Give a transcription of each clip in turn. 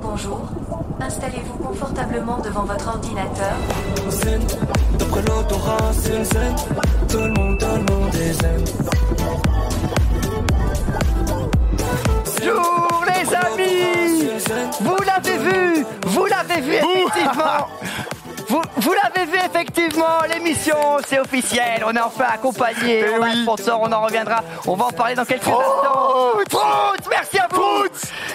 bonjour. Installez-vous confortablement devant votre ordinateur. zen. D'après l'odorat, c'est le zen. Tout le monde, tout le monde est zen. Bonjour les amis Vous l'avez vu Vous l'avez vu effectivement Vous, vous l'avez vu effectivement, l'émission, c'est officiel, on est enfin accompagné, Eh on a un sponsor, on en reviendra, on va en parler dans quelques Oh, instants. Prout Merci à vous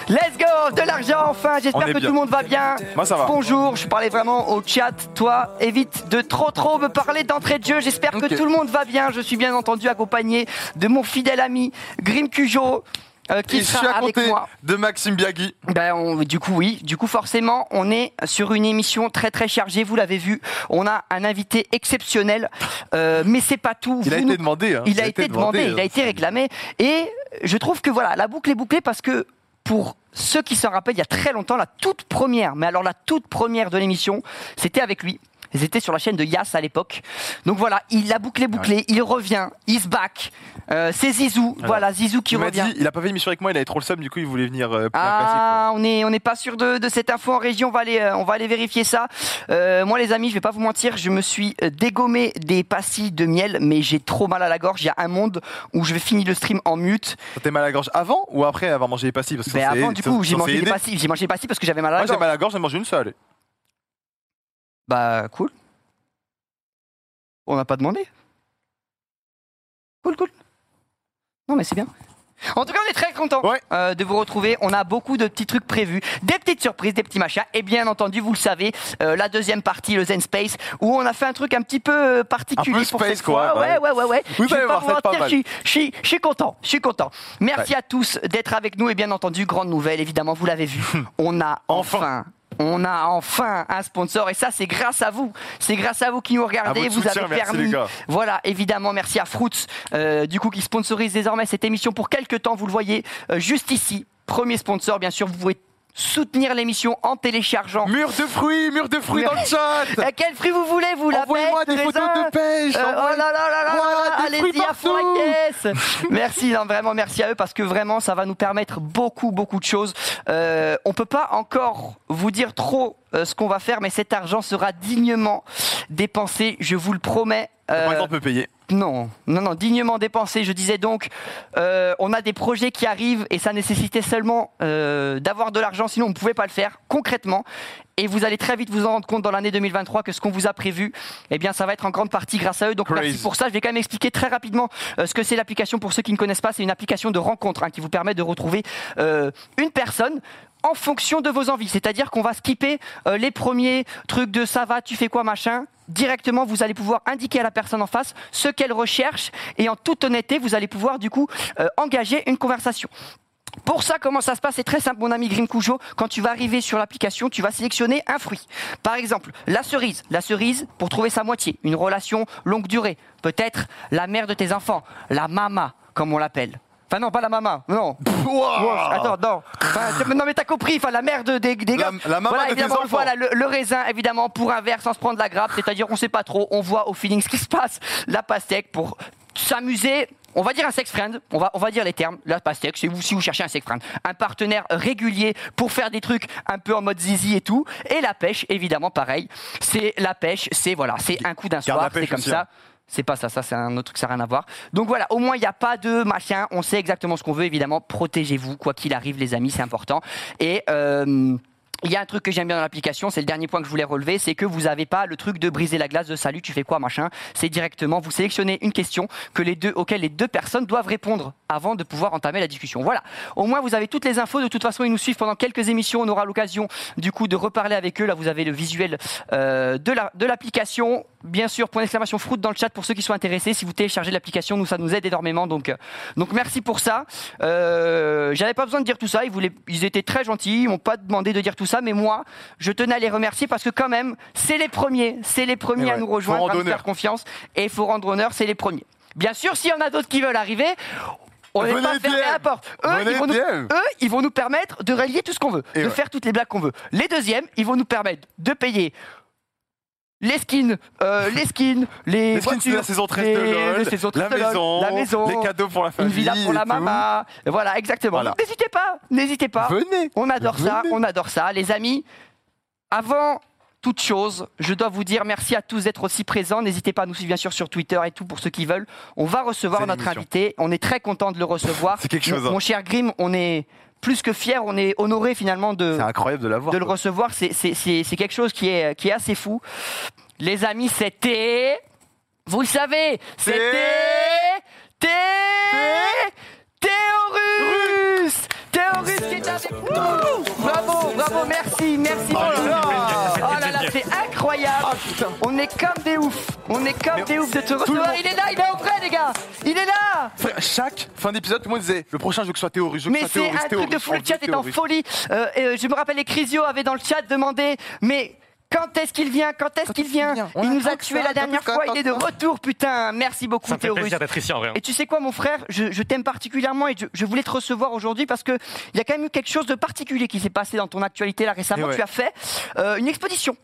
Let's go De l'argent enfin, On j'espère est que bien. tout le monde va bien. Moi, ça va. Bonjour, je parlais vraiment au chat, toi, évite de trop trop me parler d'entrée de jeu, j'espère que Ok. tout le monde va bien, je suis bien entendu accompagné de mon fidèle ami Grim Cujo. euh, qui Il suis sera à avec côté moi. de Maxime Biagui. Ben, on- du coup, oui. Du coup, forcément, on est sur une émission très très chargée. Vous l'avez vu. On a un invité exceptionnel, Euh, mais c'est pas tout. Il a Vous été nous- demandé. hein. il a été demandé, il a été réclamé. Et je trouve que voilà, la boucle est bouclée parce que pour ceux qui s'en rappellent, il y a très longtemps, la toute première, mais alors la toute première de l'émission, c'était avec lui. C'était sur la chaîne de Yas à l'époque. Donc voilà, il la boucle est bouclée, il revient, il se back. Euh, c'est Zizou, voilà, Zizou qui Il m'a revient. dit, il a pas fait l'émission avec moi, il avait trop le seum, du coup il voulait venir euh, pour un classique. Ah, on n'est on n'est pas sûr de, de cette info en région. On va aller, euh, on va aller vérifier ça. Euh, moi, les amis, je vais pas vous mentir, je me suis euh, dégommé des pastilles de miel, mais j'ai trop mal à la gorge. Il y a un monde où je vais finir le stream en mute. quoi. T'es mal à la gorge avant ou après avoir mangé les pastilles Parce que Mais ça, c'est- Ben avant, du ça- coup, j'ai ça, c'est mangé des aidé. pastilles. J'ai mangé des pastilles parce que j'avais mal à la Moi j'ai gorge. mal à la gorge, j'ai mangé une seule. Bah, cool. On n'a pas demandé. Cool, cool. Non, mais c'est bien. En tout cas, on est très content Ouais. de vous retrouver. On a beaucoup de petits trucs prévus, des petites surprises, des petits machins. Et bien entendu, vous le savez, euh, la deuxième partie, le Zen Space, où on a fait un truc un petit peu euh, particulier. Un peu pour space, cette quoi, bah fois. Ouais, ouais, ouais. ouais, ouais. Vous Je vais allez pas voir, vous ça bah, va être pas mentir, mal. je suis- je suis je suis content, je suis content. Merci à tous d'être avec nous. Et bien entendu, grande nouvelle, évidemment, vous l'avez vu. on a Enfin. enfin on a enfin un sponsor et ça c'est grâce à vous. C'est grâce à vous qui nous regardez, À votre vous soutien, avez merci, permis. les gars. Voilà, évidemment, merci à Fruits euh, du coup qui sponsorise désormais cette émission pour quelques temps, vous le voyez euh, juste ici. Premier sponsor bien sûr, vous pouvez soutenir l'émission en téléchargeant. Mur de fruits, mur de fruits Mur- dans le chat Euh, quel fruit vous voulez vous la Envoyez-moi pêche, des le photos raisin de pêche euh, envoyez- oh là là là là Voilà, là, des Allez-y fruits à fond partout. la caisse Merci, non, vraiment merci à eux parce que vraiment ça va nous permettre beaucoup beaucoup de choses. Euh, on peut pas encore vous dire trop euh, ce qu'on va faire, mais cet argent sera dignement dépensé, je vous le promets. Par Euh, exemple, peut payer. non, non, non, dignement dépensé. Je disais donc, euh, on a des projets qui arrivent et ça nécessitait seulement euh, d'avoir de l'argent, sinon on ne pouvait pas le faire concrètement. Et vous allez très vite vous en rendre compte dans l'année 2023 que ce qu'on vous a prévu, eh bien, ça va être en grande partie grâce à eux. Donc merci Crazy. pour ça. Je vais quand même expliquer très rapidement euh, ce que c'est l'application pour ceux qui ne connaissent pas. C'est une application de rencontre hein, qui vous permet de retrouver euh, une personne en fonction de vos envies. C'est-à-dire qu'on va skipper euh, les premiers trucs de ça va, tu fais quoi, machin. Directement, vous allez pouvoir indiquer à la personne en face ce qu'elle recherche et en toute honnêteté, vous allez pouvoir du coup euh, engager une conversation. Pour ça, comment ça se passe C'est très simple, mon ami Grim Cujo. Quand tu vas arriver sur l'application, tu vas sélectionner un fruit. Par exemple, la cerise. La cerise, pour trouver sa moitié, une relation longue durée. Peut-être la mère de tes enfants, la mama, comme on l'appelle. Enfin non, pas la mama, non. Oh. Wow, Attends, non. Enfin, tu- non, mais t'as compris. Enfin, la mère de, des, des La- gars. la maman voilà, de tes évidemment, enfants. Voilà, le, le raisin, évidemment, pour un verre, sans se prendre la grappe. C'est-à-dire, on sait pas trop. On voit au feeling ce qui se passe. La pastèque pour s'amuser. On va dire un sex friend. On va, on va dire les termes. La pastèque, c'est vous si vous cherchez un sex friend. Un partenaire régulier pour faire des trucs un peu en mode zizi et tout. Et la pêche, évidemment, pareil. C'est la pêche. C'est voilà, c'est un coup d'un Garde la soir. C'est pêche comme aussi, ça. hein. C'est pas ça, ça c'est un autre truc, ça n'a rien à voir. Donc voilà, au moins il n'y a pas de machin, on sait exactement ce qu'on veut, évidemment, protégez-vous, quoi qu'il arrive les amis, c'est important. Et... euh, il y a un truc que j'aime bien dans l'application, c'est le dernier point que je voulais relever, c'est que vous n'avez pas le truc de briser la glace de salut, tu fais quoi, machin. C'est directement, vous sélectionnez une question que les deux, auxquelles les deux personnes doivent répondre avant de pouvoir entamer la discussion. Voilà. Au moins, vous avez toutes les infos. De toute façon, ils nous suivent pendant quelques émissions. On aura l'occasion, du coup, de reparler avec eux. Là, vous avez le visuel euh, de la- de l'application. Bien sûr, point d'exclamation fruit dans le chat pour ceux qui sont intéressés. Si vous téléchargez l'application, nous, ça nous aide énormément. Donc, euh, donc merci pour ça. Euh, J'avais pas besoin de dire tout ça. Ils, voulaient, ils étaient très gentils. Ils m'ont pas demandé de dire tout ça. Mais moi, je tenais à les remercier parce que quand même, c'est les premiers. C'est les premiers Mais à Eh ouais, nous faut rejoindre, rendre à nous faire honneur. confiance. Et il faut rendre honneur, c'est les premiers. Bien sûr, s'il y en a d'autres qui veulent arriver, on n'est Venez pas fermé DM. à la porte. Eux, Venez ils vont nous, DM. eux, ils vont nous permettre de relier tout ce qu'on veut, Et de ouais. faire toutes les blagues qu'on veut. Les deuxièmes, ils vont nous permettre de payer les skins, euh, les skins, les, Les skins de voitures, la saison 13 de les- LOL, les saisons la 13 de LOL, maison, la maison, les cadeaux pour la une famille. villa pour et la tout. maman. Voilà, exactement. Voilà. Donc, N'hésitez pas, n'hésitez pas. Venez. On adore ça, Venez. on adore ça. Les amis, avant toute chose, je dois vous dire merci à tous d'être aussi présents. N'hésitez pas à nous suivre bien sûr sur Twitter et tout pour ceux qui veulent. On va recevoir C'est notre l'émission. invité. On est très content de le recevoir. C'est quelque Mon- chose, Mon, hein. cher Grimm, on est plus que fiers, on est honoré finalement de, C'est incroyable de l'avoir. de le quoi. recevoir. C'est- C'est c'est- c'est quelque chose qui est, qui est assez fou. Les amis, c'était... Vous le savez, c'était... Thé- Théorus Théorus qui est avec nous Bravo, bravo, merci, merci Oh là là. Ah, Oh là là, c'est incroyable On est comme des oufs On est comme des oufs de te le recevoir monde- Il est là, il est au vrai les gars Il est là Frère, chaque fin d'épisode, tout le monde disait le prochain, je veux que ce soit théorique. je veux que mais ce soit c'est théorique, un truc théorique, de fou, le théorique, chat est en théorique. folie. Euh, euh, je me rappelle, les Crisio avaient dans le chat demandé, mais quand est-ce qu'il vient Quand est-ce qu'il vient vient On Il nous a attend que tué ça, la dernière attends, fois, attends, il est de attends. retour, putain. Merci beaucoup, Ça me fait Théorus. plaisir d'être ici en vrai. hein. Et tu sais quoi, mon frère, je, je t'aime particulièrement et je, je voulais te recevoir aujourd'hui parce qu'il y a quand même eu quelque chose de particulier qui s'est passé dans ton actualité là récemment. Et Eh ouais. Tu as fait euh, une exposition.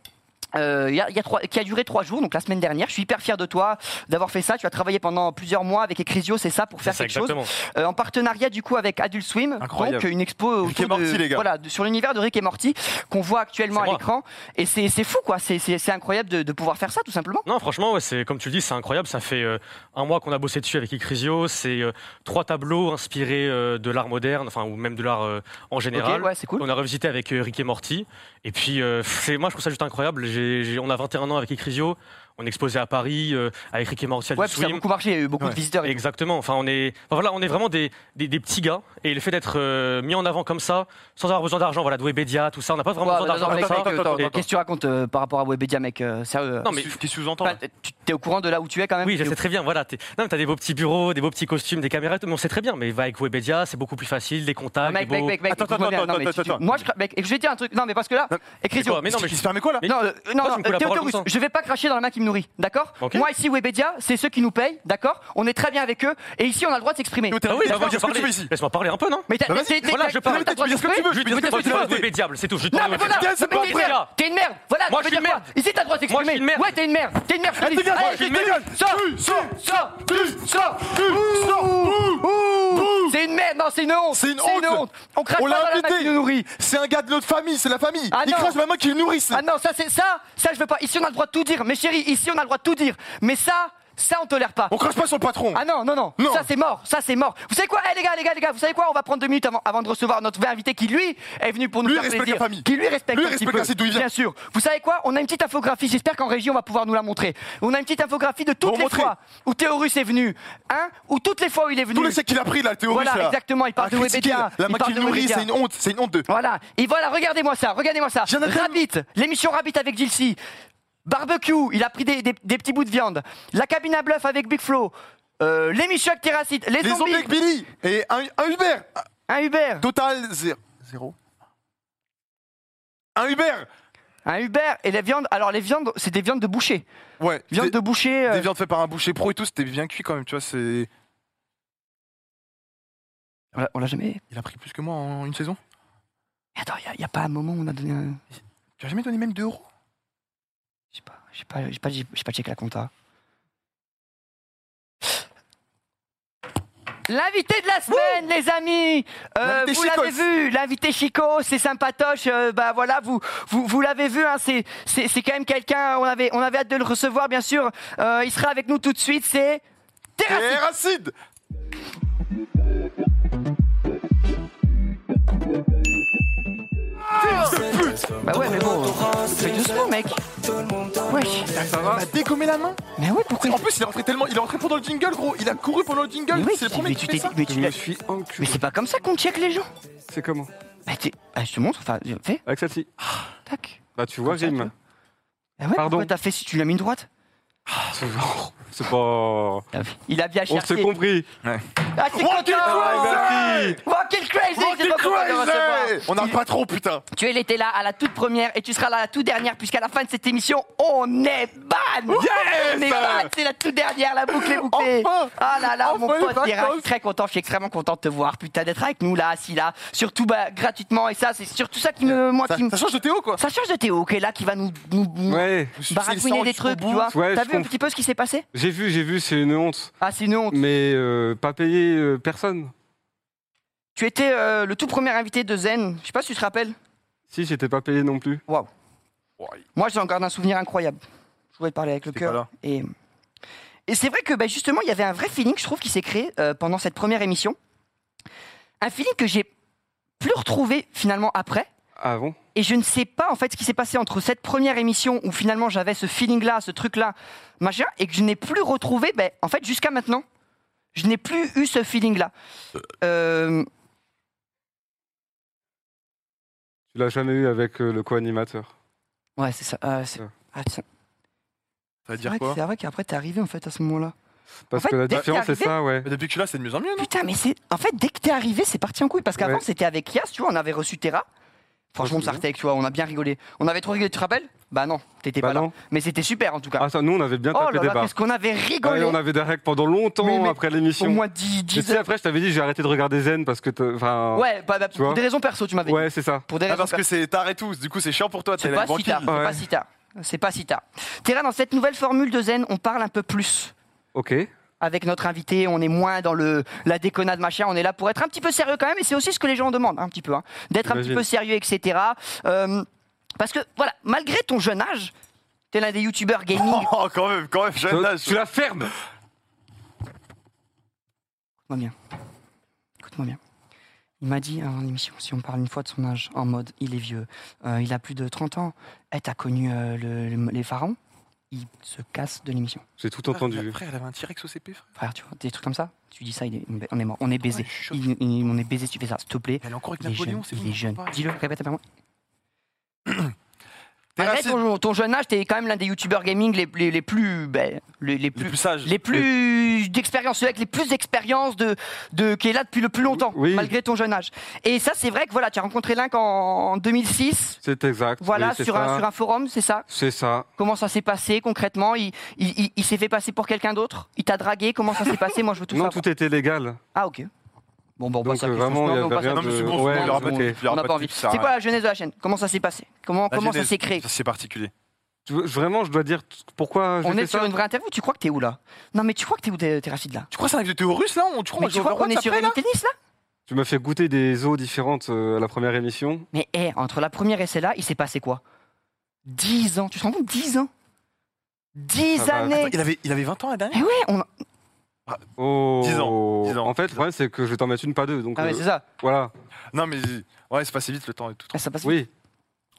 euh, il y a- il y a trois- qui a duré trois jours, donc la semaine dernière. Je suis hyper fier de toi d'avoir fait ça. Tu as travaillé pendant plusieurs mois avec Ecrisio, c'est ça, pour faire ça, quelque chose. exactement. Euh, en partenariat du coup avec Adult Swim, Incroyable. donc une expo Rick et autour de- Morty, les gars. voilà, de- sur l'univers de Rick et Morty qu'on voit actuellement C'est à moi. l'écran. Et c'est c'est fou quoi, c'est- c'est c'est incroyable de, de pouvoir faire ça tout simplement. Non, franchement, ouais, c'est comme tu le dis, c'est incroyable. Ça fait euh, un mois qu'on a bossé dessus avec Icrisio. C'est euh, trois tableaux inspirés euh, de l'art moderne, enfin ou même de l'art euh, en général. Ok, ouais, c'est cool. On a revisité avec euh, Rick et Morty. Et puis, euh, c'est, moi, je trouve ça juste incroyable. J'ai- j'ai- on a 21 ans avec Icrisio. On est exposé à Paris euh, avec Rick et Morty à Ouais, du puis ça a Swim. beaucoup marché, il y a eu beaucoup de Ouais. visiteurs. et tout. Exactement. Enfin, on est, enfin, voilà, on est vraiment des, des, des petits gars. Et le fait d'être euh, mis en avant comme ça, sans avoir besoin d'argent, voilà, de Webedia, tout ça, on n'a pas vraiment Ouais, besoin bah, d'argent attends, avec mec, ça. attends, euh, attends, attends, attends. Qu'est-ce que tu racontes euh, par rapport à Webedia, mec euh, Sérieux Non, mais Qu'est-ce que tu sous-entends Enfin, là tu t'es au courant de là où tu es quand même Oui, je Tu- sais très bien. Voilà, t'es- non, mais t'as des beaux petits bureaux, des beaux petits costumes, des caméras, et tout, mais on sait très bien. Mais va avec Webedia, c'est beaucoup plus facile, des contacts, Mec, des mec, beaux- mec, mec, Attends, écoute-moi attends, bien. Non, attends, mais tu- attends, tu- attends. Moi, je, mec, je vais te dire un truc. Non, mais parce que là, Non. Ecrisio, quoi, mais non, mais Il je- se permet quoi là Mais- Non, euh, non, non, Toi, tu me coupes la euh, parole Théotorus, tout le temps. je vais pas cracher dans la main qui me nourrit, d'accord Ok. Moi ici, Webedia, c'est ceux qui nous payent, d'accord On est très bien avec eux, et ici on a le droit de s'exprimer. Théo, t'es Ah un oui, bah, dictateur, moi, je fais ce que tu parler. veux ici. Laisse-moi parler un peu, non Mais t'as, Bah, vas-y, t'es- voilà, t'es- je parle. t'as le droit de Tu dis ce que tu veux, Je s'exprimer vais te Mais qu'est-ce dire que tu que veux Webedia, c'est tout. Je vais te Non, parler mais Webedia. voilà, Webedia, c'est mais pas t'es une vrai. merde, t'es une merde, voilà, Moi, je veux je suis dire une quoi Ici t'as le droit de Moi, je suis t'exprimer. une merde. Ouais, t'es une merde, t'es une merde, je te Ah, le dis. t'es bien, Allez, t'es je te bien. le dis. Sors, Tu sors, sors, tu sors. Tu sors. Ouh, ouh. C'est une merde, non, c'est une honte. C'est une honte. On crache On pas dans la l'a main invité. qui nous nourrit. C'est un gars de notre famille, c'est la famille. Ah il non. crache maman qui le nourrissent. Ah non, ça c'est ça, ça je veux pas. Ici on a le droit de tout dire, mes chéris, ici on a le droit de tout dire. Mais ça, ça on tolère pas. On crache pas sur le patron. Ah non, non, non, Non. ça c'est mort, ça c'est mort. Vous savez quoi, Eh, les gars, les gars, les gars, vous savez quoi On va prendre deux minutes avant, avant de recevoir notre vrai invité qui lui est venu pour nous Lui, faire respecte plaisir. la famille. Qui lui respecte Lui, un petit respecte peu. la cité d'où il vient. Bien sûr. Vous savez quoi On a une petite infographie, j'espère qu'en régie on va pouvoir nous la montrer. On a une petite infographie de toutes Bon, les montrez. fois où Théorus est venu, hein Ou toutes les fois où il est venu. Tous les sacs qu'il a pris là, le Théorus Voilà, là. exactement, il parle À de critiquer Webedia, La il main parle qui le de nourrit, Webedia. c'est une honte, c'est une honte de. Voilà, et voilà, regardez-moi ça, regardez-moi ça. J'en ai tellement- Rabbit, l'émission Rabbit avec Dilsey. Barbecue, il a pris des, des- des petits bouts de viande. La cabine à bluff avec Big Flo. Euh, l'émission avec Terracite. Les, Les zombies zombies. avec Billy et un un Uber. Un Uber. Total zé- zéro. Un Uber. Un Uber. Et les viandes. Alors, les viandes, c'est des viandes de boucher. Ouais. Viandes des- de boucher. euh, Des viandes faites par un boucher pro et tout, c'était bien cuit quand même, tu vois, c'est. on l'a- On l'a jamais. Il a pris plus que moi en une saison. Mais Attends, il n'y a, pas un moment où on a donné un. Tu as jamais donné même 2 euros Je sais pas, j'ai pas, j'ai pas, j'ai j'ai pas checké la compta. L'invité de la semaine, les amis, Euh, L'invité vous l'avez Chicos. vu, l'invité Chico, c'est sympatoche. euh, bah voilà, vous vous, vous l'avez vu, hein, c'est c'est c'est quand même quelqu'un. On avait on avait hâte de le recevoir, bien sûr. Euh, il sera avec nous tout de suite. C'est Ah, Terracide. Terracide Bah ouais, mais bon, euh, fais doucement, mec. Wesh. Il m'a dégommé la main Mais ouais, pourquoi En plus, il est rentré tellement. Il est rentré pendant le jingle, gros Il a couru pendant le jingle Mais oui, C'est le tu- premier mais qui tu fait t'es- ça mais tu Je me l'as- suis Mais enculé. c'est pas comme ça qu'on check les gens. C'est comment Bah, t'es- bah, je te montre. Enfin, fais. Avec celle-ci. Tac. Bah tu vois, Comme ça, tu Grim. vois. Ah ouais, Pardon. pourquoi t'as fait si tu l'as mis une droite C'est pas. On Il a bien s'est cherché. compris. Ah, c'est Walk it content Ah, merci. Walk it crazy Walk C'est it pas content de recevoir. Oh, On n'a pas trop, putain. Tu es- était là à la toute première et tu seras là à la toute dernière puisqu'à la fin de cette émission, on est ban Yes On est ban C'est la toute dernière, la boucle est bouclée Enfin Ah là là, Enfin mon les pote Pierre, je suis vacances très content, je suis extrêmement content de te voir, putain, d'être avec nous là, assis là, surtout bah, gratuitement et ça, c'est surtout ça qui me... Moi, Ça, qui me... ça change de Théo, quoi. ça change de Théo, qui est là, qui va nous, nous nous Ouais, C'est le sang baragouiner des jusqu'au trucs, bout. tu vois Ouais, T'as je vu un comprends. petit peu ce qui s'est passé j'ai vu, j'ai vu, c'est une honte. Ah, c'est une honte. Mais euh, pas payer euh, personne. Tu étais euh, le tout premier invité de Zen, je sais pas si tu te rappelles. Si, j'étais pas payé non plus. Moi, j'en garde un souvenir incroyable. Je voulais te parler avec le T'es pas cœur. là. Et, et c'est vrai que bah, justement, il y avait un vrai feeling, je trouve, qui s'est créé euh, pendant cette première émission. Un feeling que j'ai plus retrouvé finalement après. Ah bon Et je ne sais pas en fait ce qui s'est passé entre cette première émission où finalement j'avais ce feeling-là, ce truc-là, machin, et que je n'ai plus retrouvé, ben, en fait, jusqu'à maintenant. Je n'ai plus eu ce feeling-là. Euh, Tu l'as jamais eu avec euh, le co-animateur. ouais, c'est ça. euh, c'est- Ouais. Ah, tiens, Ça veut c'est dire vrai que- quoi c'est vrai qu'après, t'es arrivé en fait à ce moment-là. Parce En fait, que la dès que t'es différence, c'est arrivé- ça, ouais. Mais Depuis que je suis là, c'est de mieux en mieux, non Putain, mais c'est. En fait, dès que t'es arrivé, c'est parti en couille. Parce qu'avant, Ouais. c'était avec Yas, tu vois, on avait reçu Terra. Franchement, on Ouais, c'est s'arrêtait, tu vois, on a bien rigolé. On avait trop rigolé, tu te rappelles Bah non, t'étais Bah pas là. non. Mais c'était super en tout cas. Ah, ça, nous, on avait bien oh tapé là des là, barres. qu'est-ce qu'on avait rigolé Ouais, Ah, on avait des règles pendant longtemps Mais- mais- après Au l'émission. moins 10, Tu 10 sais, heures. après, je t'avais dit, j'ai arrêté de regarder Zen parce que. t'as- Enfin. Ouais, bah, bah, Ah. Tu pour vois des raisons perso, tu m'avais dit. Ouais, c'est ça. Pour des Ah, raisons parce perso. que c'est tard et tous. Du coup, c'est chiant pour toi. T'es C'est la pas, si tard, banquille. c'est Ouais. pas si tard. C'est pas si tard. Terra, dans cette nouvelle formule de Zen, on parle un peu plus. Ok. Avec notre invité, on est moins dans le la déconnade machin. On est là pour être un petit peu sérieux quand même, et c'est aussi ce que les gens demandent un petit peu, hein. d'être un petit J'imagine. peu sérieux, etc. Euh, parce que voilà, malgré ton jeune âge, t'es l'un des youtubeurs gaming. Oh, quand même, quand même, jeune âge. Tu la fermes Écoute-moi bien. Écoute-moi bien. Il m'a dit avant l'émission, si on parle une fois de son âge, en mode il est vieux, euh, il a plus de 30 ans, Eh, t'as connu euh, le- le- les pharaons Il se casse de l'émission. J'ai tout entendu. Après, elle avait un T-Rex au CP, frère. Frère, tu vois, des trucs comme ça, tu dis ça, il est- on est mort, on est baisé. Ouais, je suis choqué. Il- il- on est baisé, tu fais ça, s'il te plaît. Elle est encore avec Il est jeune, Napoléon, c'est il est jeune. Dis-le, répète après moi. T'es Arrête raciste. ton, ton jeune âge, t'es quand même l'un des youtubeurs gaming les, les, les plus. ben, les, les Le plus. plus sage. Les plus d'expérience, celui avec les plus d'expérience de, de, qui est là depuis le plus longtemps, Oui. malgré ton jeune âge. Et ça, c'est vrai que voilà, tu as rencontré Link en, en 2006, C'est exact. voilà, mais c'est sur un, ça. sur un forum, c'est ça C'est ça. Comment ça s'est passé concrètement Il, il, il- il s'est fait passer pour quelqu'un d'autre Il t'a dragué Comment ça s'est passé Moi, je veux tout non, savoir. tout était légal. Ah, ok. Bon, bon, on Donc passe à la euh, question vraiment, il suivante, on y avait passe à la rien non, mais de. c'est bon, Ouais, il aura ok. pas de- il On aura n'a pas de envie. clip, ça, C'est hein. quoi la genèse de la chaîne Comment ça s'est passé Comment, La comment ça genèse, s'est créé Ah, ça, C'est particulier. Tu veux- Vraiment, je dois dire t- pourquoi. j'ai On fait est sur ça une vraie interview Tu crois que t'es où là Non mais tu crois que t'es où t'es t'es Rachid là Tu crois que c'est un vieux Théo russe là On- Tu crois Mais qu'on tu joue crois au qu'on est Overwatch sur après, une là tennis là Tu m'as fait goûter des eaux différentes euh, à la première émission. Mais hé, entre la première et celle-là, il s'est passé quoi 10 ans Tu te rends compte 10 ans 10 Ah bah, années Il avait, il avait 20 ans la dernière Mais ouais, on... Oh. 10 ans, 10 ans, En fait, le problème, c'est que je vais t'en mettre une, pas deux. Donc ah ouais, euh, c'est ça. voilà. Non, mais ouais, c'est passé vite le temps et tout. Ah, ça passe. Oui.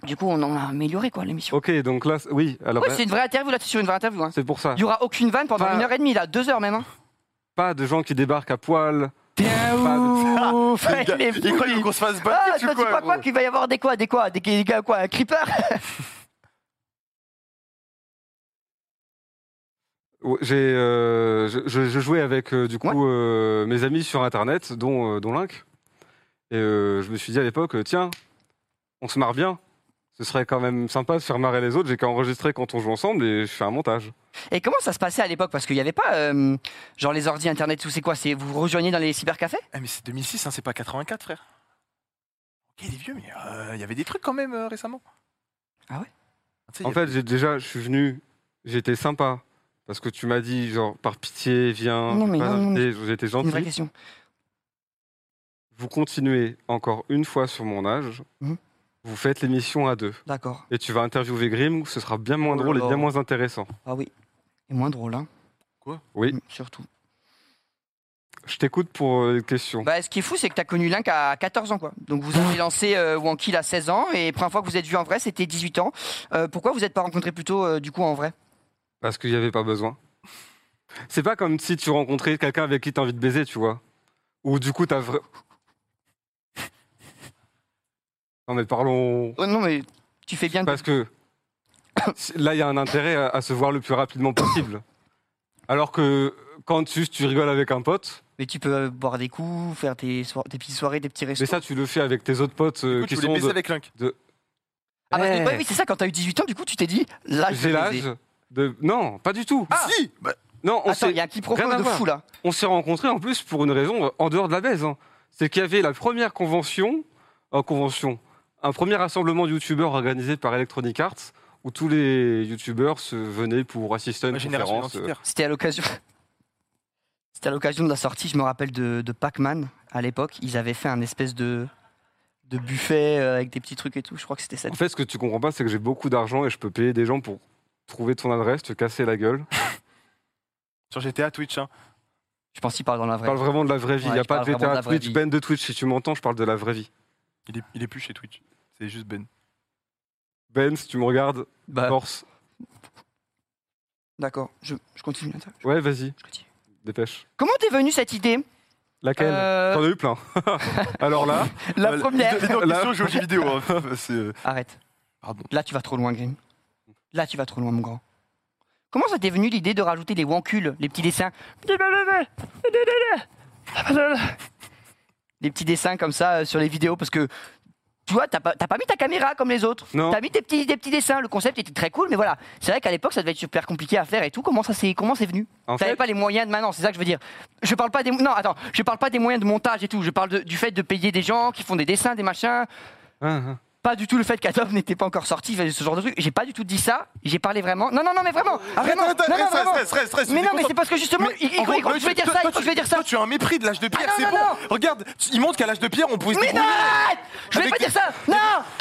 Du coup, on en a amélioré quoi l'émission. Ok, donc là, c'est- oui. Alors, ouais, bah, Ah. c'est une vraie interview là, c'est sur une vraie interview. Hein. c'est pour ça. Il y aura aucune vanne pendant Pas- une heure et demie là, deux heures même. Hein. Pas de gens qui débarquent à poil. T'es Pas un ouf Les gars, Ah, il est Il croit fou, il- qu'on se fasse Ah, battre toi, ou tu crois quoi quoi gros qu'il va y avoir des quoi Des quoi Des des gars quoi Un creeper Ouais, J'ai, euh, je, je- je jouais avec euh, du coup Ouais. euh, mes amis sur internet, dont, euh, dont Link. Et euh, je me suis dit à l'époque, euh, tiens, on se marre bien. Ce serait quand même sympa de faire marrer les autres. J'ai qu'à enregistrer quand on joue ensemble et je fais un montage. Et comment ça se passait à l'époque Parce qu'il n'y avait pas euh, genre les ordi internet, tout c'est quoi C'est vous vous rejoignez dans les cybercafés Ah, mais c'est 2006, hein, c'est pas 84, frère. Ok, il est vieux, mais euh, il y avait des trucs quand même euh, récemment. Ah ouais Tu sais, il y En a- fait, j'ai déjà, je suis venu, j'étais sympa parce que tu m'as dit genre par pitié viens. Non, t'es mais pas non, non, invité. J'étais C'est une vraie gentil. question. Vous continuez encore une fois sur mon âge. Mhm. Vous faites l'émission à deux D'accord. et tu vas interviewer Grimm. Ce sera bien Oh moins là drôle et là. bien moins intéressant. Ah oui. Et moins drôle, hein Quoi Oui. Mm, Surtout. Je t'écoute pour euh, les questions. Bah, ce qui est fou, c'est que t'as connu Link à 14 ans, quoi. Donc vous avez lancé euh, Wanky à 16 ans, et première fois que vous êtes vu en vrai, c'était 18 ans. Euh, pourquoi vous n'êtes pas rencontrés plus tôt, euh, du coup, en vrai Parce qu'il n'y avait pas besoin. C'est pas comme si tu rencontrais quelqu'un avec qui t'as envie de baiser, tu vois. Ou du coup, t'as vrai. Non, mais parlons. Oh, Non, mais tu fais Ah bien. de- Parce que là, il y a un intérêt à, à se voir le plus rapidement possible. Alors que Quand tu, tu rigoles avec un pote, Mais tu peux euh, boire des coups, faire des, soir- des petites soirées, des petits restos. mais ça, tu le fais avec tes autres potes Du euh, coup, qui tu voulais sont. baiser de- avec Link. Ah bah, Eh, ouais, oui, c'est ça, quand t'as eu 18 ans, du coup, tu t'es dit, là, je J'ai vais baiser. l'âge de. Non, pas du tout. Si bah, Non, on Attends, s'est- il y a un petit propos rien à de voir. fou, là. on s'est rencontrés en plus pour une raison euh, en dehors de la baise. hein. C'est qu'il y avait la première convention, euh, convention, un premier rassemblement de youtubeurs organisé par Electronic Arts où tous les youtubeurs se venaient pour assister à une ma génération conférence. euh, identitaire. C'était à l'occasion. C'était à l'occasion de la sortie, je me rappelle, de, de Pac-Man à l'époque. Ils avaient fait un espèce de, de buffet euh, avec des petits trucs et tout. Je crois que c'était ça. En fait, ce que tu comprends pas, c'est que j'ai beaucoup d'argent et je peux payer des gens pour trouver ton adresse, te casser la gueule. euh, Sur GTA, Twitch. Hein. Je pense qu'il parle dans la vraie. Je parle vraiment de la vraie vie. Il Ouais, n'y a je pas parle de vraiment de GTA la vraie Twitch, vie. Ben de Twitch. Si tu m'entends, je parle de la vraie vie. Il, est, il est plus chez Twitch. C'est juste Ben. Ben, si tu me regardes, Bah, force. D'accord, je, je continue. attends, Ouais, vas-y, je continue. dépêche. Comment t'es venue cette idée Laquelle Euh, T'en as eu plein. Alors là, La Voilà. première. Les deux- les deux en La- question, je joue aux jeux vidéo. hein. C'est, euh, Arrête. Pardon. Là, tu vas trop loin, Grim. Là, tu vas trop loin, mon grand. Comment ça t'est venu l'idée de rajouter les wancules, les petits dessins Les petits dessins comme ça euh, sur les vidéos, parce que tu vois, t'as pas, t'as pas mis ta caméra comme les autres. Non. Hein. T'as mis tes petits, des petits dessins. Le concept était très cool, mais voilà. C'est vrai qu'à l'époque, ça devait être super compliqué à faire et tout. Comment ça c'est, comment c'est venu en T'avais fait, pas les moyens de maintenant, c'est ça que je veux dire. Je parle pas des non, attends, je parle pas des moyens de montage et tout. Je parle de- du fait de payer des gens qui font des dessins, des machins Ah, hein, hein. pas du tout le fait qu'Adobe n'était pas encore sorti, ce genre de truc. J'ai pas du tout dit ça. J'ai parlé vraiment. Non, non, non, mais vraiment. Ah, vraiment. Arrête, non, non, arrête, vraiment. arrête, reste, reste, reste. mais t'es non, mais content. c'est parce que justement, Mais il, il- en gros, il- je vais toi, dire toi, ça, toi, je vais tu- dire ça. Toi, tu as un mépris de l'âge de pierre, non, c'est non, bon. non. Regarde, il montre qu'à l'âge de pierre, on pouvait se Mais non débrouiller. Je vais Avec pas des- dire ça Non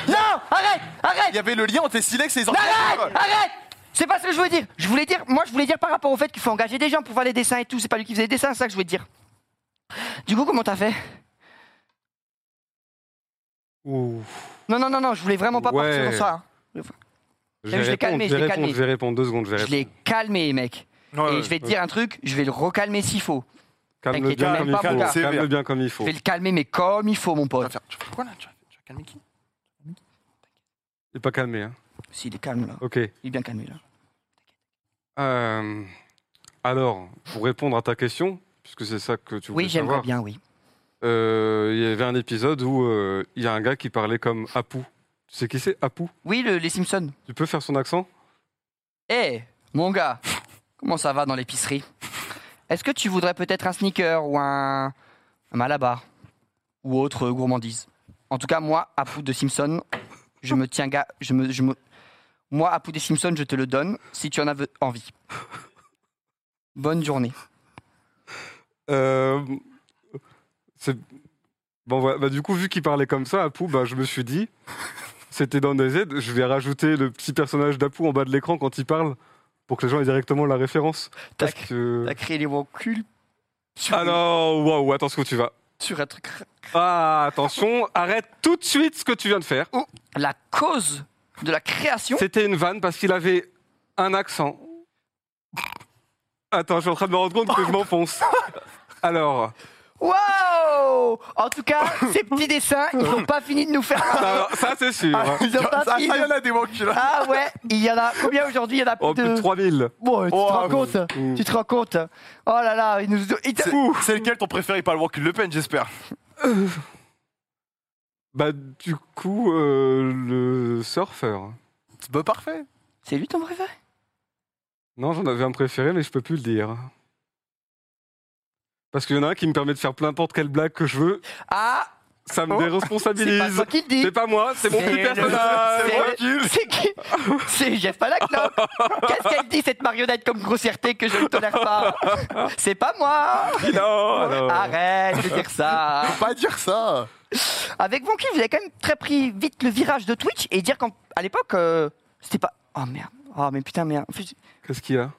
Non Arrête Il y Arrête avait le lien entre les silex et les Arrête orchestres. Arrête C'est pas ce que je voulais dire. Je voulais dire, moi, je voulais dire par rapport au fait qu'il faut engager des gens pour faire les dessins et tout. C'est pas lui qui faisait les dessins, c'est ça que je voulais te dire. Du coup, comment t'as fait Ouh. Non, non, non, non, je voulais vraiment pas partir Ouais. dans ça. hein. Je T'as vais vu, je l'ai répondre, calmé, je je vais l'ai répondre, calmé. je vais répondre deux secondes, je vais Je l'ai répondre. calmé, mec. Et je vais te dire un truc, je vais le recalmer s'il faut. Calme-le t'inquiète, bien, même comme pas, il mon faut. gars. Calme-le bien comme il Je faut. vais le calmer, mais comme il faut, mon Tu vas pote. faire- tu vas faire quoi là Tu vas- tu vas calmer qui Il est pas calmé, hein. S'il est calme, là. Ok. Il est bien calmé, là. Euh, alors, Euh, pour répondre à ta question, puisque c'est ça que tu voulais Oui, j'aimerais savoir, bien, oui. euh, il y avait un épisode où euh, il y a un gars qui parlait comme Apu. Tu sais qui c'est Apu Oui, le- les Simpsons. Tu peux faire son accent Hé, Eh, mon gars, comment ça va dans l'épicerie Est-ce que tu voudrais peut-être un sneaker ou un, un malabar Ou autre euh, gourmandise En tout cas, moi, à Poudre de Simpson, je me tiens gars, je me, je me... Moi, à Poudre des Simpsons, je te le donne si tu en as ve- envie. Bonne journée. Euh, c'est- Bon, voilà. Bah, du coup, vu qu'il parlait comme ça, Apu, bah, je me suis dit, c'était dans des aides, je vais rajouter le petit personnage d'Apu en bas de l'écran quand il parle, pour que les gens aient directement la référence. Parce Tac. que... T'as créé les wancules sur, Ah non, waouh, attends ce que tu vas. sur un truc. Ah, attention, arrête tout de suite ce que tu viens de faire. La cause de la création. C'était une vanne parce qu'il avait un accent. Attends, je suis en train de me rendre compte que je m'enfonce. Alors, Wow En tout cas, ces petits dessins, ils n'ont pas fini de nous faire. ça, ça, c'est sûr. Ils ont pas Ah, ça, fini il y de- en a des manques là. Ah ouais, il y en a. Combien aujourd'hui Il y en a plus Oh, plus de de. 3000. Bon, tu te Oh, rends oui. compte Mm. Tu te rends compte Oh là là, il nous. il te- C'est- C'est lequel ton préféré Pas le Walk Le Pen, j'espère. Bah, du coup, euh, le surfeur. Bah, parfait. C'est lui ton préféré Non, j'en avais un préféré, mais je peux plus le dire. Parce qu'il y en a un qui me permet de faire peu importe quelle blague que je veux. Ah, Ça me Oh, c'est pas déresponsabilise. toi qui le dis. C'est pas moi, c'est mon C'est petit le- personnage. c'est- C'est qui C'est Jeff Palak, non Qu'est-ce qu'elle dit cette marionnette comme grossièreté que je ne tolère pas C'est pas moi Non, Oh. alors. Ah. Arrête de dire ça Faut pas dire ça. Avec Vonky, vous avez quand même très pris vite le virage de Twitch et dire qu'à l'époque, euh, c'était pas. Oh merde. Oh mais putain, merde. En fait, Qu'est-ce qu'il y a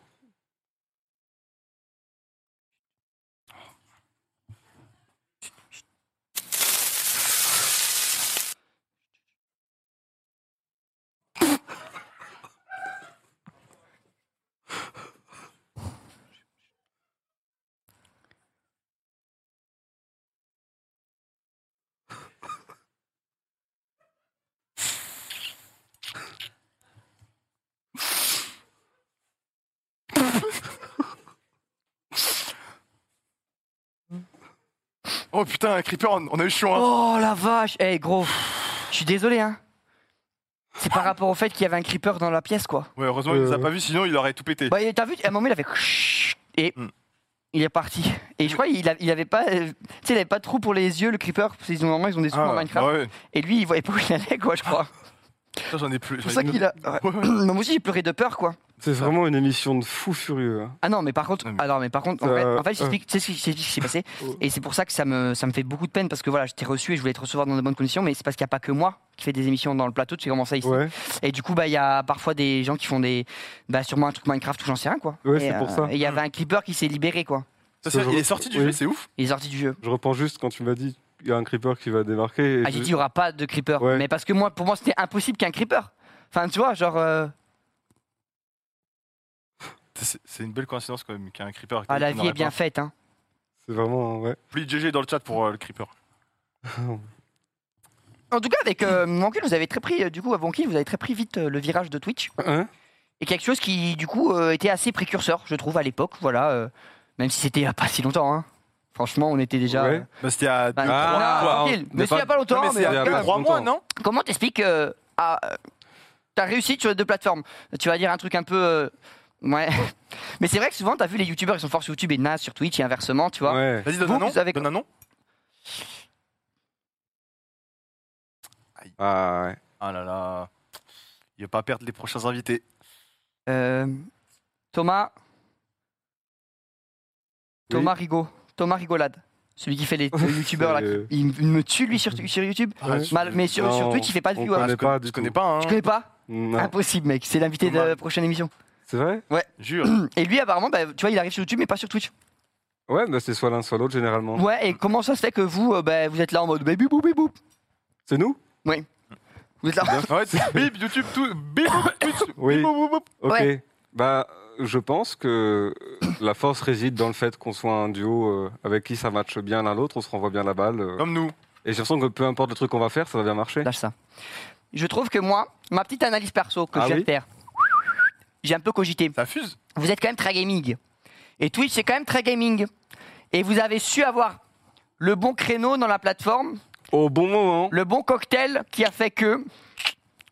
Oh putain, un creeper, on on a eu chaud. hein. Oh la vache Eh gros, je suis désolé hein. C'est par rapport au fait qu'il y avait un creeper dans la pièce quoi. Ouais, heureusement, il nous a Euh. pas vu, sinon il aurait tout pété. Bah et t'as vu, à un moment il avait chut et Hmm. il est parti. Et je crois il, a- il avait pas, euh, tu sais il avait pas de trou pour les yeux le creeper. Parce qu'ils ont normalement ils ont des trous Ah, en Minecraft. ouais, Et lui il voyait pas où il allait quoi je crois. ça, j'en ai plus. C'est pour j'en ça ai qu'il a. ouais. Ouais, ouais. Moi aussi j'ai pleuré de peur quoi. C'est vraiment une émission de fou furieux. hein. Ah non, mais par contre, Non, mais- alors, mais par contre, en fait, Euh, en fait, j'explique, tu sais ce qui- j'explique ce qui s'est passé, Oh. et c'est pour ça que ça me, ça me fait beaucoup de peine parce que voilà, je t'ai reçu et je voulais te recevoir dans de bonnes conditions, mais c'est parce qu'il n'y a pas que moi qui fait des émissions dans le plateau, tu sais comment ça ici. Ouais. Et du coup, bah, il y a parfois des gens qui font des, bah, sûrement un truc Minecraft ou j'en sais rien quoi. Ouais, Et, euh, c'est pour ça. Et il y avait un creeper qui s'est libéré quoi. Ça, c'est- il est sorti du jeu, Oui. c'est ouf. Il est sorti du jeu. Je repense juste quand tu m'as dit il y a un creeper qui va débarquer. et Ah, j'ai je- dit il y aura pas de creeper, Ouais. mais parce que moi, pour moi, c'était impossible qu'un creeper. Enfin, tu vois, genre, euh, C'est c'est une belle coïncidence quand même qu'il y a un creeper. ah, la qu'on vie aurait est bien pas. faite. Hein. C'est vraiment. Ouais. Plus de GG dans le chat pour euh, le creeper. En tout cas, avec euh, Wonky, vous avez très pris, euh, du coup, à Wonky, vous avez très pris vite euh, le virage de Twitch. Hein Et quelque chose qui, du coup, euh, était assez précurseur, je trouve, à l'époque. Voilà, euh, même si c'était il y a pas si longtemps. hein. Franchement, on était déjà. Ouais. euh, Bah, c'était à. bah, deux, non, trois- hein. Ah, tranquille. on Mais n'est c'est il y a pas- pas longtemps. Non, mais mais c'est à il y a deux, pas trois mois, longtemps. non Comment t'expliques euh, à, euh, ta réussite sur les deux plateformes Tu vas dire un truc un peu. euh, ouais. Mais c'est vrai que souvent, t'as vu les youtubeurs qui sont forts sur YouTube et nazes sur Twitch et inversement, tu vois. Ouais. Vas-y, donne Vous, un nom. vous avez- Donne un nom. Ah, ouais. Ah là là. Il va pas perdre les prochains invités. Euh, Thomas. Oui. Thomas Rigaud. Thomas Rigolade. Celui qui fait les les youtubeurs là. C'est- Il il me tue lui sur, sur YouTube. Ah, Ouais. je- Mal- mais sur, sur Non, Twitch, il fait pas de on view. hein. Ah, connaît je pas connais, du je connais tout. pas, hein. Je connais pas. Non. Impossible, mec. C'est l'invité de la Dommage. prochaine émission. C'est vrai Jure. Et lui, apparemment, bah, tu vois, il arrive sur YouTube, mais pas sur Twitch. Ouais, bah, c'est soit l'un, soit l'autre généralement. Ouais, et comment ça se fait que vous, euh, bah, vous êtes là en mode baby boop, baby boop C'est nous Vous êtes là. Ouais, c'est- bip, YouTube, tout. Bip, Twitch. Oui. bip, bip, bip. Ok. Ouais. Bah, je pense que la force réside dans le fait qu'on soit un duo euh, avec qui ça matche bien l'un l'autre, on se renvoie bien la balle. euh, Comme nous. Et j'ai l'impression que peu importe le truc qu'on va faire, ça va bien marcher. Lâche ça. Je trouve que moi, ma petite analyse perso que Ah je viens de oui faire, j'ai un peu cogité. Ça fuse. Vous êtes quand même très gaming. Et Twitch, c'est quand même très gaming. Et vous avez su avoir le bon créneau dans la plateforme, Au bon moment. le bon cocktail qui a fait que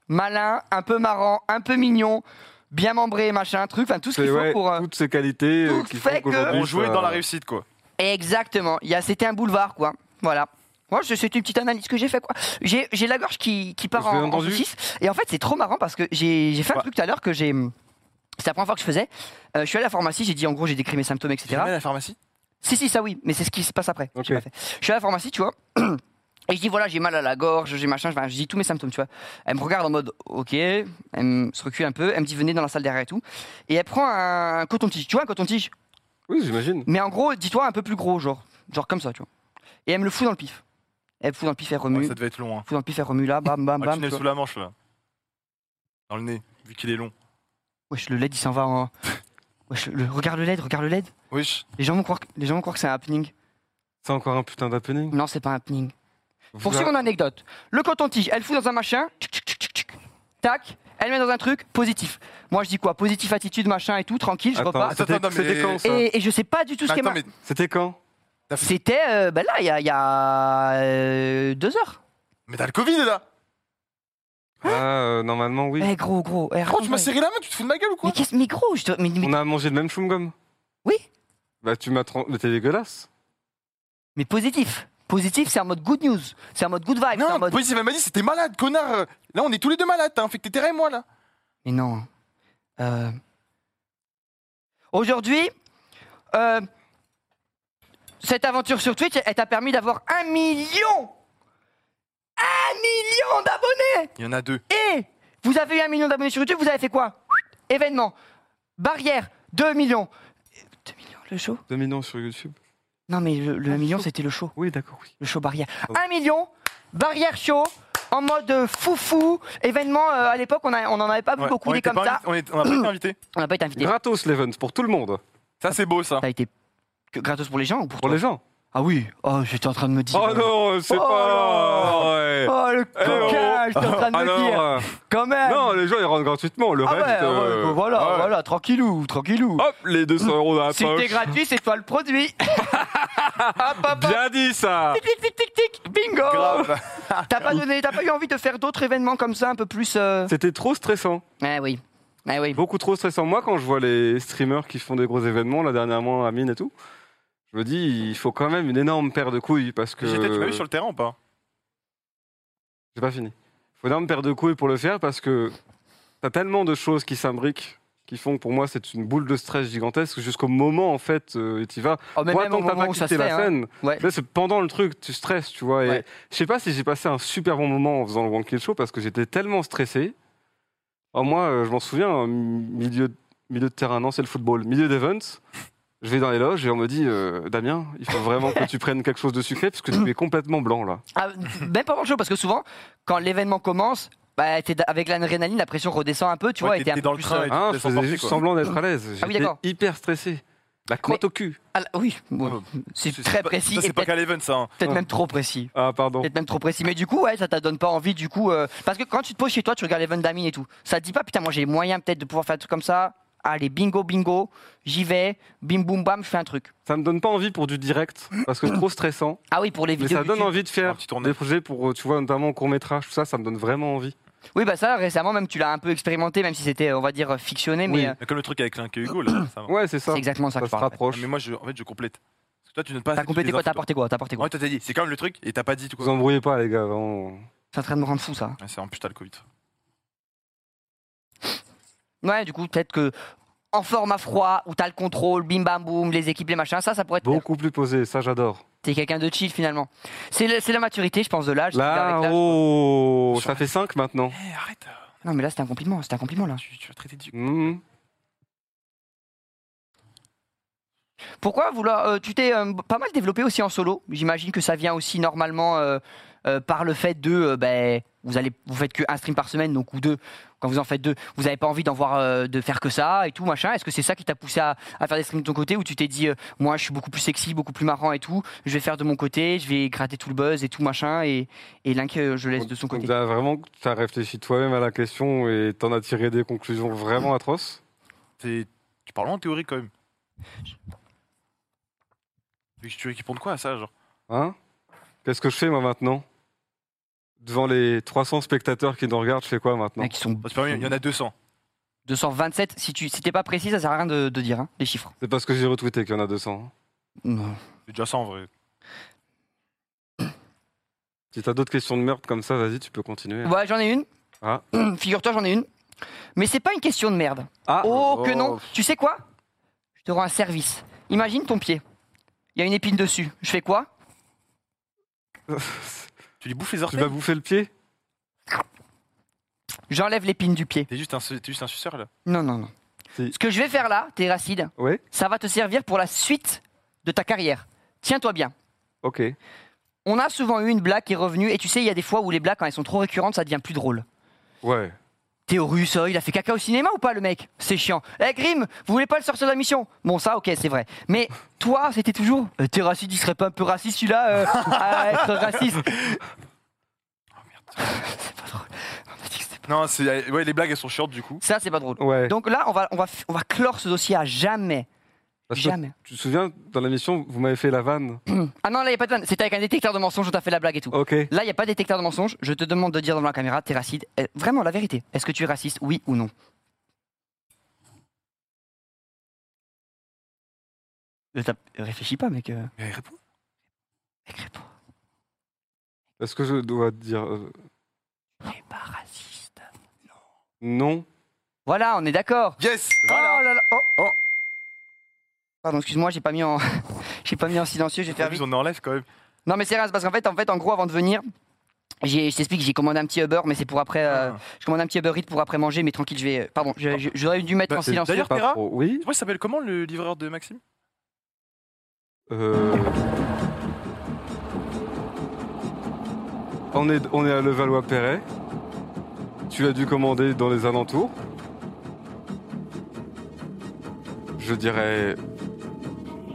malin, un peu marrant, un peu mignon, bien membré, machin, truc, enfin tout ce C'est qu'il faut ouais, pour. euh, toutes ces qualités euh, tout qui fait font qu'aujourd'hui, On jouait ça- dans la réussite, quoi. Exactement. Il y a- c'était un boulevard, quoi. Voilà. Moi, je- c'est une petite analyse que j'ai fait, quoi. J'ai j'ai la gorge qui, qui part Vous avez en, en entendu saucisse. Et en fait, c'est trop marrant parce que j'ai j'ai fait un Ouais. truc tout à l'heure que j'ai. C'est la première fois que je faisais. Euh, je suis allé à la pharmacie, j'ai dit en gros, j'ai décrit mes symptômes, T'es etc. jamais à la pharmacie Si, si, ça oui, mais c'est ce qui se passe après. J'ai Ok. pas fait. Je suis à la pharmacie, tu vois. Et je dis, voilà, j'ai mal à la gorge, j'ai machin, enfin, je dis tous mes symptômes, tu vois. Elle me regarde en mode, ok, elle me- se recule un peu, elle me dit, venez dans la salle derrière et tout. Et elle prend un coton-tige, tu vois, un coton-tige Oui, j'imagine. mais en gros, dis-toi un peu plus gros, genre, genre comme ça, tu vois. Et elle me le fout dans le pif. Elle me fout dans le pif, elle remue. Ouais, Ça elle devait être long, hein. me fout dans le pif, elle remue là, bam, bam, Ah, le bam. tunnel tu sous vois. la manche, là. Dans le nez, vu qu'il est long. Wesh, le LED, il s'en va en. Wesh, le- regarde le LED, regarde le LED. Wesh. Les gens vont croire que, les gens vont croire que c'est un happening. C'est encore un putain d'happening. Non, c'est pas un happening. Vous- Pour suivre mon anecdote, le coton-tige, elle fout dans un machin, tchic, tchic, tchic, tchic, tchic. tac, elle met dans un truc positif. Moi, je dis quoi Positif attitude, machin et tout, tranquille, je Attends, repars. Attends, c'était- attends, mais- C'était quand ça Et, et je sais pas du tout ce qu'elle Attends, m'a. mais C'était quand C'était, euh, ben là, il y a, il y a, euh, deux heures. mais t'as le Covid, là Hein Ah, euh, normalement, oui. Eh, gros, gros. eh, Gros, tu m'as raconte-moi. serré la main, tu te fous de Ah, ma gueule ou Mais quoi qu'est-ce, mais gros, je te- mais- mais On a mangé le même chewing-gum Oui. Bah, tu m'as. tran- Mais t'es dégueulasse. Mais positif. Positif, c'est en mode good news. C'est en mode good vibe. c'est en Non, mode... Positive elle m'a dit, c'était malade, connard Là, on est tous les deux malades, hein. t'as infecté Terra et moi, là Mais non. Euh, Aujourd'hui, euh, cette aventure sur Twitch, elle t'a permis d'avoir un million. Un million d'abonnés Il y en a deux. Et vous avez eu un million d'abonnés sur YouTube, vous avez fait quoi Événement. Barrière, 2 millions. 2 millions, le show 2 millions sur YouTube. Non, mais le, le Ah, le million, show. c'était le show. Oui, d'accord, oui. le show barrière. Oh. 1 million, barrière show, en mode euh, foufou, événement. euh, à l'époque, on n'en avait pas vu Ouais, beaucoup on des était comme pas ça. invité- On, est, on a pas été invité. On n'a pas été invité. Gratos l'event pour tout le monde. Ça, c'est beau, ça. T'as été que- gratos pour les gens ou pour, Pour toi les gens. Ah oui, oh, j'étais en train de me dire. Oh non, c'est Oh pas. non. Ouais. Oh, le Eh, coquin, je suis en train de me Alors, dire. euh, Quand même. non, les gens ils rentrent gratuitement. Le ah ouais, reste, euh, ouais, bah voilà, ouais. voilà, tranquillou, tranquillou. Hop, les 200 euros dans la si t'es poche. gratuit, c'est toi le produit. hop, hop, hop. Bien dit ça. Tic, tic, tic, tic, tic. bingo. Grave. T'as pas donné, t'as pas eu envie de faire d'autres événements comme ça, un peu plus. euh, C'était trop stressant. Eh oui, eh oui. Beaucoup trop stressant. Moi, quand je vois les streamers qui font des gros événements, là dernièrement, Amine et tout, je me dis, il faut quand même une énorme paire de couilles parce que. J'étais, tu m'as vu sur le terrain ou pas J'ai pas fini. Faut énorme paire de couilles pour le faire parce que t'as tellement de choses qui s'imbriquent qui font que pour moi c'est une boule de stress gigantesque jusqu'au moment en fait euh, t'y vas. Oh, mais Moi, même tant au que t'as moment pas où ça quitté se fait, la hein. scène, Ouais. là, c'est pendant le truc tu stresses tu vois. Et Ouais. je sais pas si j'ai passé un super bon moment en faisant le One Kill Show parce que j'étais tellement stressé. Oh, moi euh, je m'en souviens euh, milieu milieu de terrain non c'est le football milieu d'events. Je vais dans les loges et on me dit euh, Damien il faut vraiment que tu prennes quelque chose de sucré parce que tu es complètement blanc là. Ah, même pendant le show, parce que souvent, quand l'événement commence, bah, t'es d- avec l'adrénaline, la pression redescend un peu, tu Ouais, vois. t'es- et t'es un t'es peu dans le plus, train euh, et- tu Ah, te je laisses faisais emporter, juste quoi. semblant d'être à l'aise. J'étais Ah oui, d'accord. hyper stressé. La crotte Mais- au cul. ah, oui, bon, Ah, c'est C'est- très c'est pas- précis ça, et C'est pas peut-être qu'à l'event, ça. hein. peut-être même trop précis. Ah, pardon. Peut-être même trop précis. Mais du coup, ouais, ça t'a donne pas envie, du coup. euh, parce que quand tu te poses chez toi, tu regardes les Van Damine et tout. Ça te dit pas, putain, moi j'ai les moyens peut-être de pouvoir faire un truc comme ça. Allez, bingo, bingo, j'y vais, bim, boum, bam, je fais un truc. Ça me donne pas envie pour du direct, parce que trop stressant. Ah oui, pour les Mais vidéos. ça donne YouTube. envie de Un faire petit tournage. des projets pour, euh, tu vois, notamment court métrage, tout ça, ça me donne vraiment envie. Oui, bah ça, récemment, même tu l'as un peu expérimenté, même si c'était, on va dire, fictionné, mais Oui. euh, Mais Comme le truc avec Link et Hugo, là. ça va. Ouais, c'est ça. c'est exactement ça, Ça que Oh, je se parle. Ah, rapproche. Mais moi, je, en fait, je complète. Parce que toi, tu ne pas. T'as assez toutes complété les quoi T'as infos, apporté quoi T'as apporté toi. quoi Ouais, toi, t'as dit. C'est quand même le truc et t'as pas dit tout Vous quoi. embrouillez pas, les gars. vraiment. C'est en train de me rendre fou, ça. Ouais, C'est un putain le Covid. Ouais, du coup, peut-être que en format froid, où t'as le contrôle, bim bam boum, les équipes, les machins, ça, ça pourrait être. Beaucoup plus posé, ça j'adore. T'es quelqu'un de chill finalement. C'est le- c'est la maturité, je pense, de l'âge. Là, Avec l'âge- oh, Sur- ça fait 5 maintenant. Eh, arrête. euh, Non, mais là, c'est un compliment, c'est un compliment là. Tu, tu vas traiter du. Hmm. Pourquoi vouloir. euh, tu t'es euh, pas mal développé aussi en solo. J'imagine que ça vient aussi normalement euh, euh, par le fait de. euh, ben, vous, allez, vous faites que un stream par semaine, donc ou deux. Quand vous en faites deux, vous n'avez pas envie d'en voir, euh, de faire que ça et tout, machin. Est-ce que c'est ça qui t'a poussé à, à faire des streams de ton côté où tu t'es dit, euh, moi je suis beaucoup plus sexy, beaucoup plus marrant et tout, je vais faire de mon côté, je vais gratter tout le buzz et tout, machin, et, et Link, euh, je laisse de son Donc, côté. t'as vraiment, t'as réfléchi toi-même à la question et t'en as tiré des conclusions vraiment atroces. T'es- Tu parles loin en théorie quand même. Mais tu veux qu'ils pondent quoi à ça, genre Hein Qu'est-ce que je fais moi maintenant Devant les 300 spectateurs qui nous regardent, je fais quoi maintenant Mec, ils sont C'est pas mieux, il y en a 200. 227. Si tu si t'es pas précis, ça sert à rien de, de dire hein, les chiffres. C'est parce que j'ai retweeté qu'il y en a hein. 200. Non. C'est déjà ça en vrai. Si t'as d'autres questions de meurtre comme ça, vas-y, tu peux continuer. Ouais, j'en ai une. Ah. Figure-toi, j'en ai une. Mais c'est pas une question de merde. Ah. oh, que Oh. non. Tu sais quoi Je te rends un service. Imagine ton pied. Il y a une épine dessus. Je fais quoi Tu lui bouffes les tu orteils vas bouffer le pied J'enlève l'épine du pied. T'es juste un, su- t'es juste un suceur là. Non, non, non. Si. Ce que je vais faire là, Terracide, Ouais. ça va te servir pour la suite de ta carrière. Tiens-toi bien. Ok. On a souvent eu une blague qui est revenue, et tu sais, il y a des fois où les blagues, quand elles sont trop récurrentes, ça devient plus drôle. Ouais. Théo Russe, euh, il a fait caca au cinéma ou pas le mec C'est chiant. Eh Grim, vous voulez pas le sortir de la mission Bon ça ok c'est vrai. Mais toi c'était toujours euh, T'es raciste, il serait pas un peu raciste celui-là euh, à être raciste C'est pas drôle. On a dit que c'était pas- Non, c'est. Ouais, les blagues elles sont short du coup. Ça c'est pas drôle. Ouais. Donc là on va, on, va, f- on va clore ce dossier à jamais. Parce que Jamais. tu te souviens, dans la mission, vous m'avez fait la vanne. Ah non là y a pas de vanne. C'était avec un détecteur de mensonges, on t'a fait la blague et tout. Ok. Là y a pas de détecteur de mensonges, je te demande de dire devant la caméra T'es raciste. Eh, vraiment la vérité. Est-ce que tu es raciste Oui ou non Euh, t'as- Réfléchis pas mec. euh. Mais réponds. Écris pas. Est-ce que je dois dire euh, T'es pas raciste. non Voilà, on est d'accord. Yes Oh Voilà là là, oh, oh. Pardon, excuse-moi, j'ai pas mis en, j'ai pas mis en silencieux, j'ai fait En plus, vite. on est en live quand même. Non mais c'est rien, c'est parce qu'en fait, en fait, en gros, avant de venir, j'ai, je t'explique, j'ai commandé un petit Uber, mais c'est pour après. euh, Ah. Je commande un petit Uber Eats pour après manger, mais tranquille, je vais. euh, Pardon, je- je- j'aurais dû mettre Bah, en c'est- silencieux. d'ailleurs- Pas Terra trop. Oui. Tu vois, il s'appelle comment le livreur de Maxime Euh, On est, on est à Levallois-Perret. Tu l'as dû commander dans les alentours. Je dirais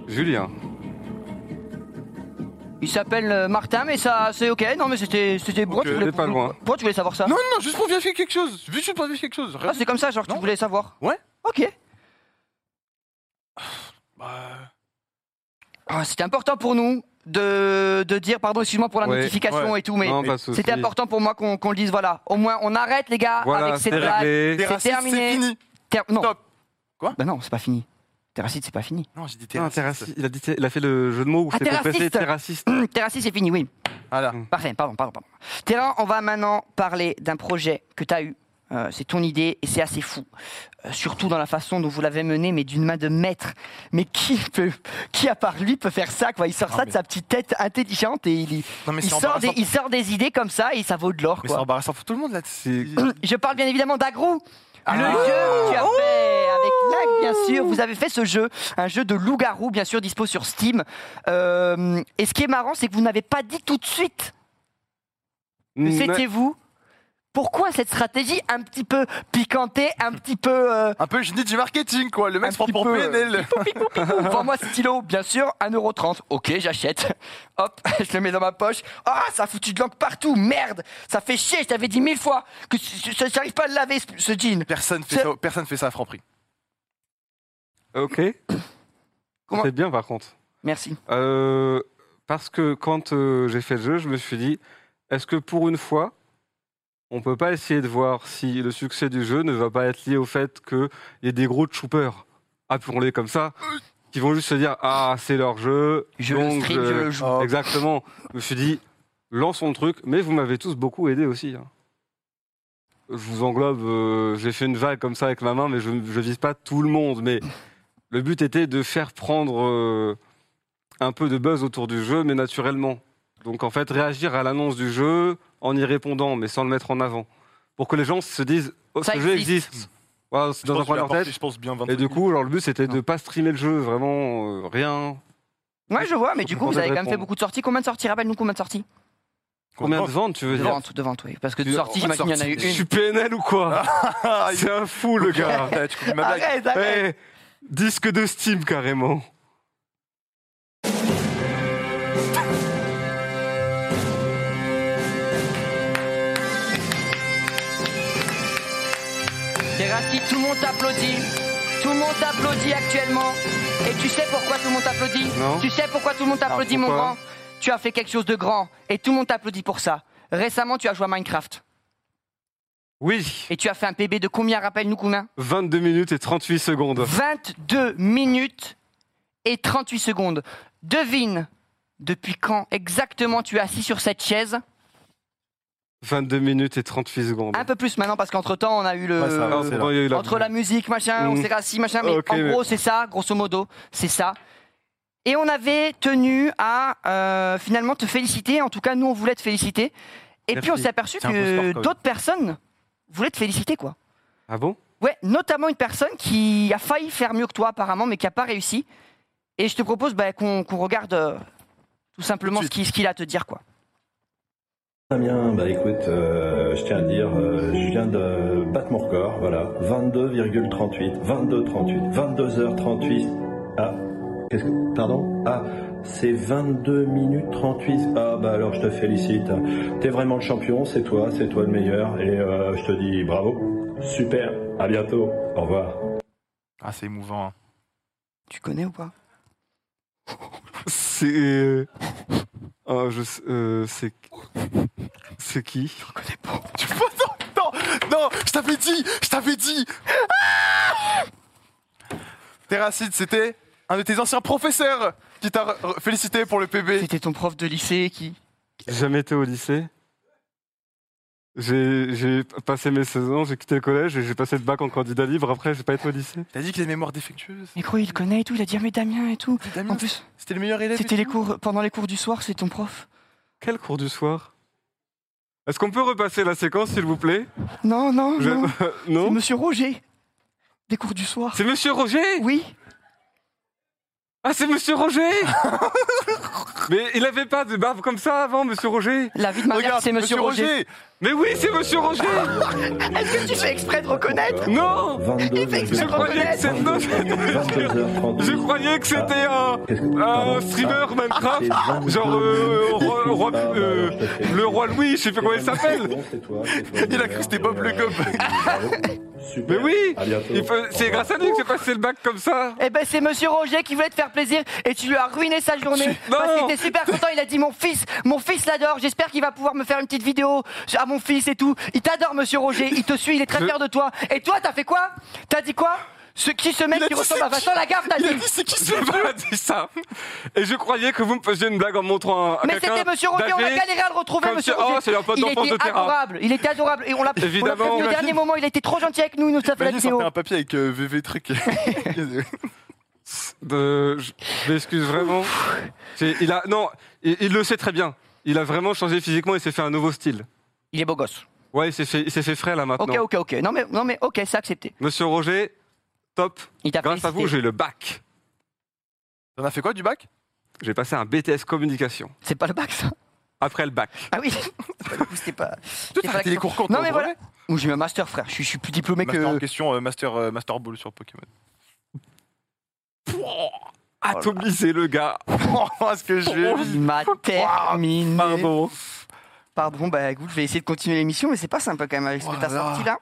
Julien. Il s'appelle euh, Martin, mais ça, c'est ok. Non, mais c'était, c'était. Pourquoi Ok, tu voulais- on est pas loin. pourquoi tu voulais savoir ça Non, non, non, juste pour vérifier quelque chose. Juste pour vérifier quelque chose. Ah, c'est comme ça, genre tu Non. voulais savoir. Ouais. Ok. Bah, Ah, c'était important pour nous de, de dire, pardon, excuse-moi pour la Ouais, notification ouais. et tout, mais Non, pas de souci. c'était important pour moi qu'on qu'on le dise. Voilà. Au moins, on arrête, les gars, Voilà, avec c'est cette blague. t'es réglé. raciste, terminé. c'est fini. Ter- non. Stop. Quoi Bah non, c'est pas fini. T'es raciste, c'est pas fini. Non, j'ai dit t'es Non, t'es raciste. raciste. Ah, Il a, dit, il a fait le jeu de mots où Ah, c'est t'es compressé, raciste. t'es raciste. T'es raciste, c'est fini, oui. Voilà. Parfait, pardon, pardon, pardon. Terrain, on va maintenant parler d'un projet que tu as eu. Euh, c'est ton idée et c'est assez fou. Euh, surtout dans la façon dont vous l'avez mené, mais d'une main de maître. Mais qui peut, qui à part lui peut faire ça quoi Il sort Non, ça de mais- sa petite tête intelligente et il, y- Non, il mais c'est sort, des, embarrassant. il sort des idées comme ça et ça vaut de l'or. Mais c'est quoi. embarrassant pour tout le monde là. C'est. Je parle bien évidemment d'Agrou. Ah. Le jeu que tu as fait avec Lag, bien sûr. Vous avez fait ce jeu, un jeu de loup-garou, bien sûr, dispo sur Steam. Euh, et ce qui est marrant, c'est que vous n'avez pas dit tout de suite que c'était vous. Pourquoi cette stratégie un petit peu piquantée, un petit peu... euh, Un peu génie du marketing quoi. Le Un mec se prend petit pour peu, PNL. Vends-moi ce stylo, bien sûr, 1,30€. Ok, j'achète. Hop, je le mets dans ma poche. Ah, ça a foutu de l'encre partout, merde Ça fait chier, je t'avais dit mille fois que c- c- j'arrive pas à le laver, ce- ce jean. Personne fait C'est- ça. Personne fait ça à Franprix. Euh, Ok. Comment- C'est bien par contre. Merci. Euh, parce que quand euh, j'ai fait le jeu, je me suis dit, est-ce que pour une fois, on peut pas essayer de voir si le succès du jeu ne va pas être lié au fait qu'il y ait des gros choupeurs, appelons-les comme ça, qui vont juste se dire, ah, c'est leur jeu. Je le donc euh, stream, je le joue. Oh. Exactement. Je me suis dit, lançons le truc, mais vous m'avez tous beaucoup aidé aussi. hein. Je vous englobe, euh, j'ai fait une vague comme ça avec ma main, mais je ne vise pas tout le monde. Mais le but était de faire prendre euh, un peu de buzz autour du jeu, mais naturellement. Donc en fait, réagir à l'annonce du jeu en y répondant, mais sans le mettre en avant. Pour que les gens se disent, oh, Ça ce jeu existe. existe. Voilà, c'est dans un coin de leur tête. Je pense bien. Et du coup, genre, le but c'était de pas streamer le jeu, vraiment euh, rien. Ouais, je vois, mais Faut du qu'on coup, vous peut avez quand même fait répondre. beaucoup de sorties. Combien de sorties Rappelle-nous combien de sorties Combien de ventes tu veux De dire ventes, de ventes, oui. Parce que de Tu- sorties, oh, de j'imagine qu'il y en a eu Je une. suis PNL ou quoi C'est un fou le gars Tu coupes ma blague. Arrête, arrête Eh, Disque de Steam carrément T'es raciste, tout le monde t'applaudit. Tout le monde t'applaudit actuellement. Et tu sais pourquoi tout le monde t'applaudit Non. Tu sais pourquoi tout le monde Ah, t'applaudit, mon pourquoi grand Tu as fait quelque chose de grand. Et tout le monde t'applaudit pour ça. Récemment, tu as joué à Minecraft. Oui Et tu as fait un PB de combien, rappelle-nous combien 22 minutes et 38 secondes 22 minutes et 38 secondes. Devine depuis quand exactement tu es assis sur cette chaise. 22 minutes et 38 secondes Un peu plus maintenant, parce qu'entre-temps, on a eu le... Ouais, ça va, Ah, c'est c'est bon, il y a eu la- Ah, euh, entre la musique, machin, on Mhm. s'est rassis, machin, mais Ok, en mais- gros, c'est ça, grosso modo, c'est ça. Et on avait tenu à euh, finalement te féliciter, en tout cas, nous, on voulait te féliciter. Et puis, Merci. on s'est aperçu C'est un peu sport, quand que même. d'autres personnes voulaient te féliciter, quoi. Ah bon Ouais, notamment une personne qui a failli faire mieux que toi, apparemment, mais qui n'a pas réussi. Et je te propose bah, qu'on qu'on regarde euh, tout simplement ce qu'il ce qu'il a à te dire, quoi. Damien, bah écoute, euh, je tiens à dire, euh, je viens de battre mon record, voilà, 22,38, 22,38, 22h38. Ah, qu'est-ce que, pardon Ah, c'est 22 minutes 38. Ah bah alors je te félicite, t'es vraiment le champion, c'est toi, c'est toi le meilleur, et euh, je te dis bravo, super, à bientôt, au revoir. Ah, c'est émouvant. hein. Tu connais ou pas C'est... euh, Ah, je sais- euh, c'est... C'est qui Tu vois, non, non, non, je t'avais dit, je t'avais dit. Terracide, c'était un de tes anciens professeurs qui t'a re- re- félicité pour le PB. C'était ton prof de lycée qui... J'ai jamais été au lycée j'ai j'ai passé mes saisons, j'ai quitté le collège et j'ai passé le bac en candidat libre. Après, j'ai pas été au lycée. T'as dit que les mémoires défectueuses. Mais gros, il connaît et tout, il a dit « Ah, mais Damien et tout !» En Damien, plus... c'était le meilleur élève. C'était et les tout. cours pendant les cours du soir, c'est ton prof. Quel cours du soir Est-ce qu'on peut repasser la séquence, s'il vous plaît Non, non, Je- Oh. non. C'est Non Monsieur Roger. Des cours du soir. C'est Monsieur Roger Oui. Ah, c'est Monsieur Roger Mais il avait pas de barbe comme ça avant, monsieur Roger La vie de ma mère, Regarde, c'est Monsieur Roger. Mais oui, c'est monsieur Roger Est-ce que tu fais exprès de reconnaître Non 22, Il fait exprès Je de croyais que reconnaître. c'était... non, 22h38. Je croyais que c'était un... Qu'est-ce que- Un pardon, streamer ah, c'est Minecraft 22, Genre euh, minutes. roi- roi- Ah, bah, euh, alors, je te fais- le roi Louis, je sais plus comment il s'appelle C'est toi, c'est toi, Il a cru que c'était Bob le Cop. Super. Mais oui À bientôt. Il faut- Au C'est grâce à lui que j'ai passé le bac comme ça Eh ben c'est Monsieur Roger qui voulait te faire plaisir et tu lui as ruiné sa journée Non. parce qu'il était super content. Il a dit mon fils, mon fils l'adore. J'espère qu'il va pouvoir me faire une petite vidéo à mon fils et tout. Il t'adore Monsieur Roger. Il te suit. Il est très Je- fier de toi. Et toi t'as fait quoi T'as dit quoi ce, Qui ce mec Il a qui dit, ressemble c'est à qui Vincent Lagarde t'as Il a Ah, dit dit c'est qui ce pas dit ça Et je croyais que vous me faisiez une blague en montrant un- à mais Ah, quelqu'un c'était Monsieur Roger, on a d'âgé. galéré à le retrouver, Comme Monsieur si- oh, Roger. c'est un pote il d'enfance était de terrain. adorable, il était adorable, et on l'a on l'a Évidemment. prévenu au dernier moment, il était trop gentil avec nous, il nous a fait la Manu sortait vidéo. un papier avec euh, VV truc. De- je je m'excuse vraiment. C'est- Il a non, il, il le sait très bien. Il a vraiment changé physiquement et s'est fait un nouveau style. Il est beau gosse. Ouais, il s'est fait, il s'est fait frais là maintenant. Ok, ok, ok. Non mais, non mais, ok, c'est accepté. Monsieur Roger, top. Il t'a Grâce à vous, félicité. j'ai le bac. T'en as fait quoi du bac J'ai passé un BTS communication. C'est pas le bac ça Après le bac. Ah oui. C'est pas le coup, c'était pas. Toi, C'est t'as pas arrêté la les cours quand Non toi, mais au voilà. brevet Moi j'ai eu un master frère, je suis, je suis plus diplômé Master en que. question, euh, Master euh, Master Ball sur Pokémon. Atomisé le gars. Oh, ce que je vais Il m'a terminé. Pardon. Pardon, bah écoute, je vais essayer de continuer l'émission, mais c'est pas sympa quand même avec ce que t'as Voilà. sorti là.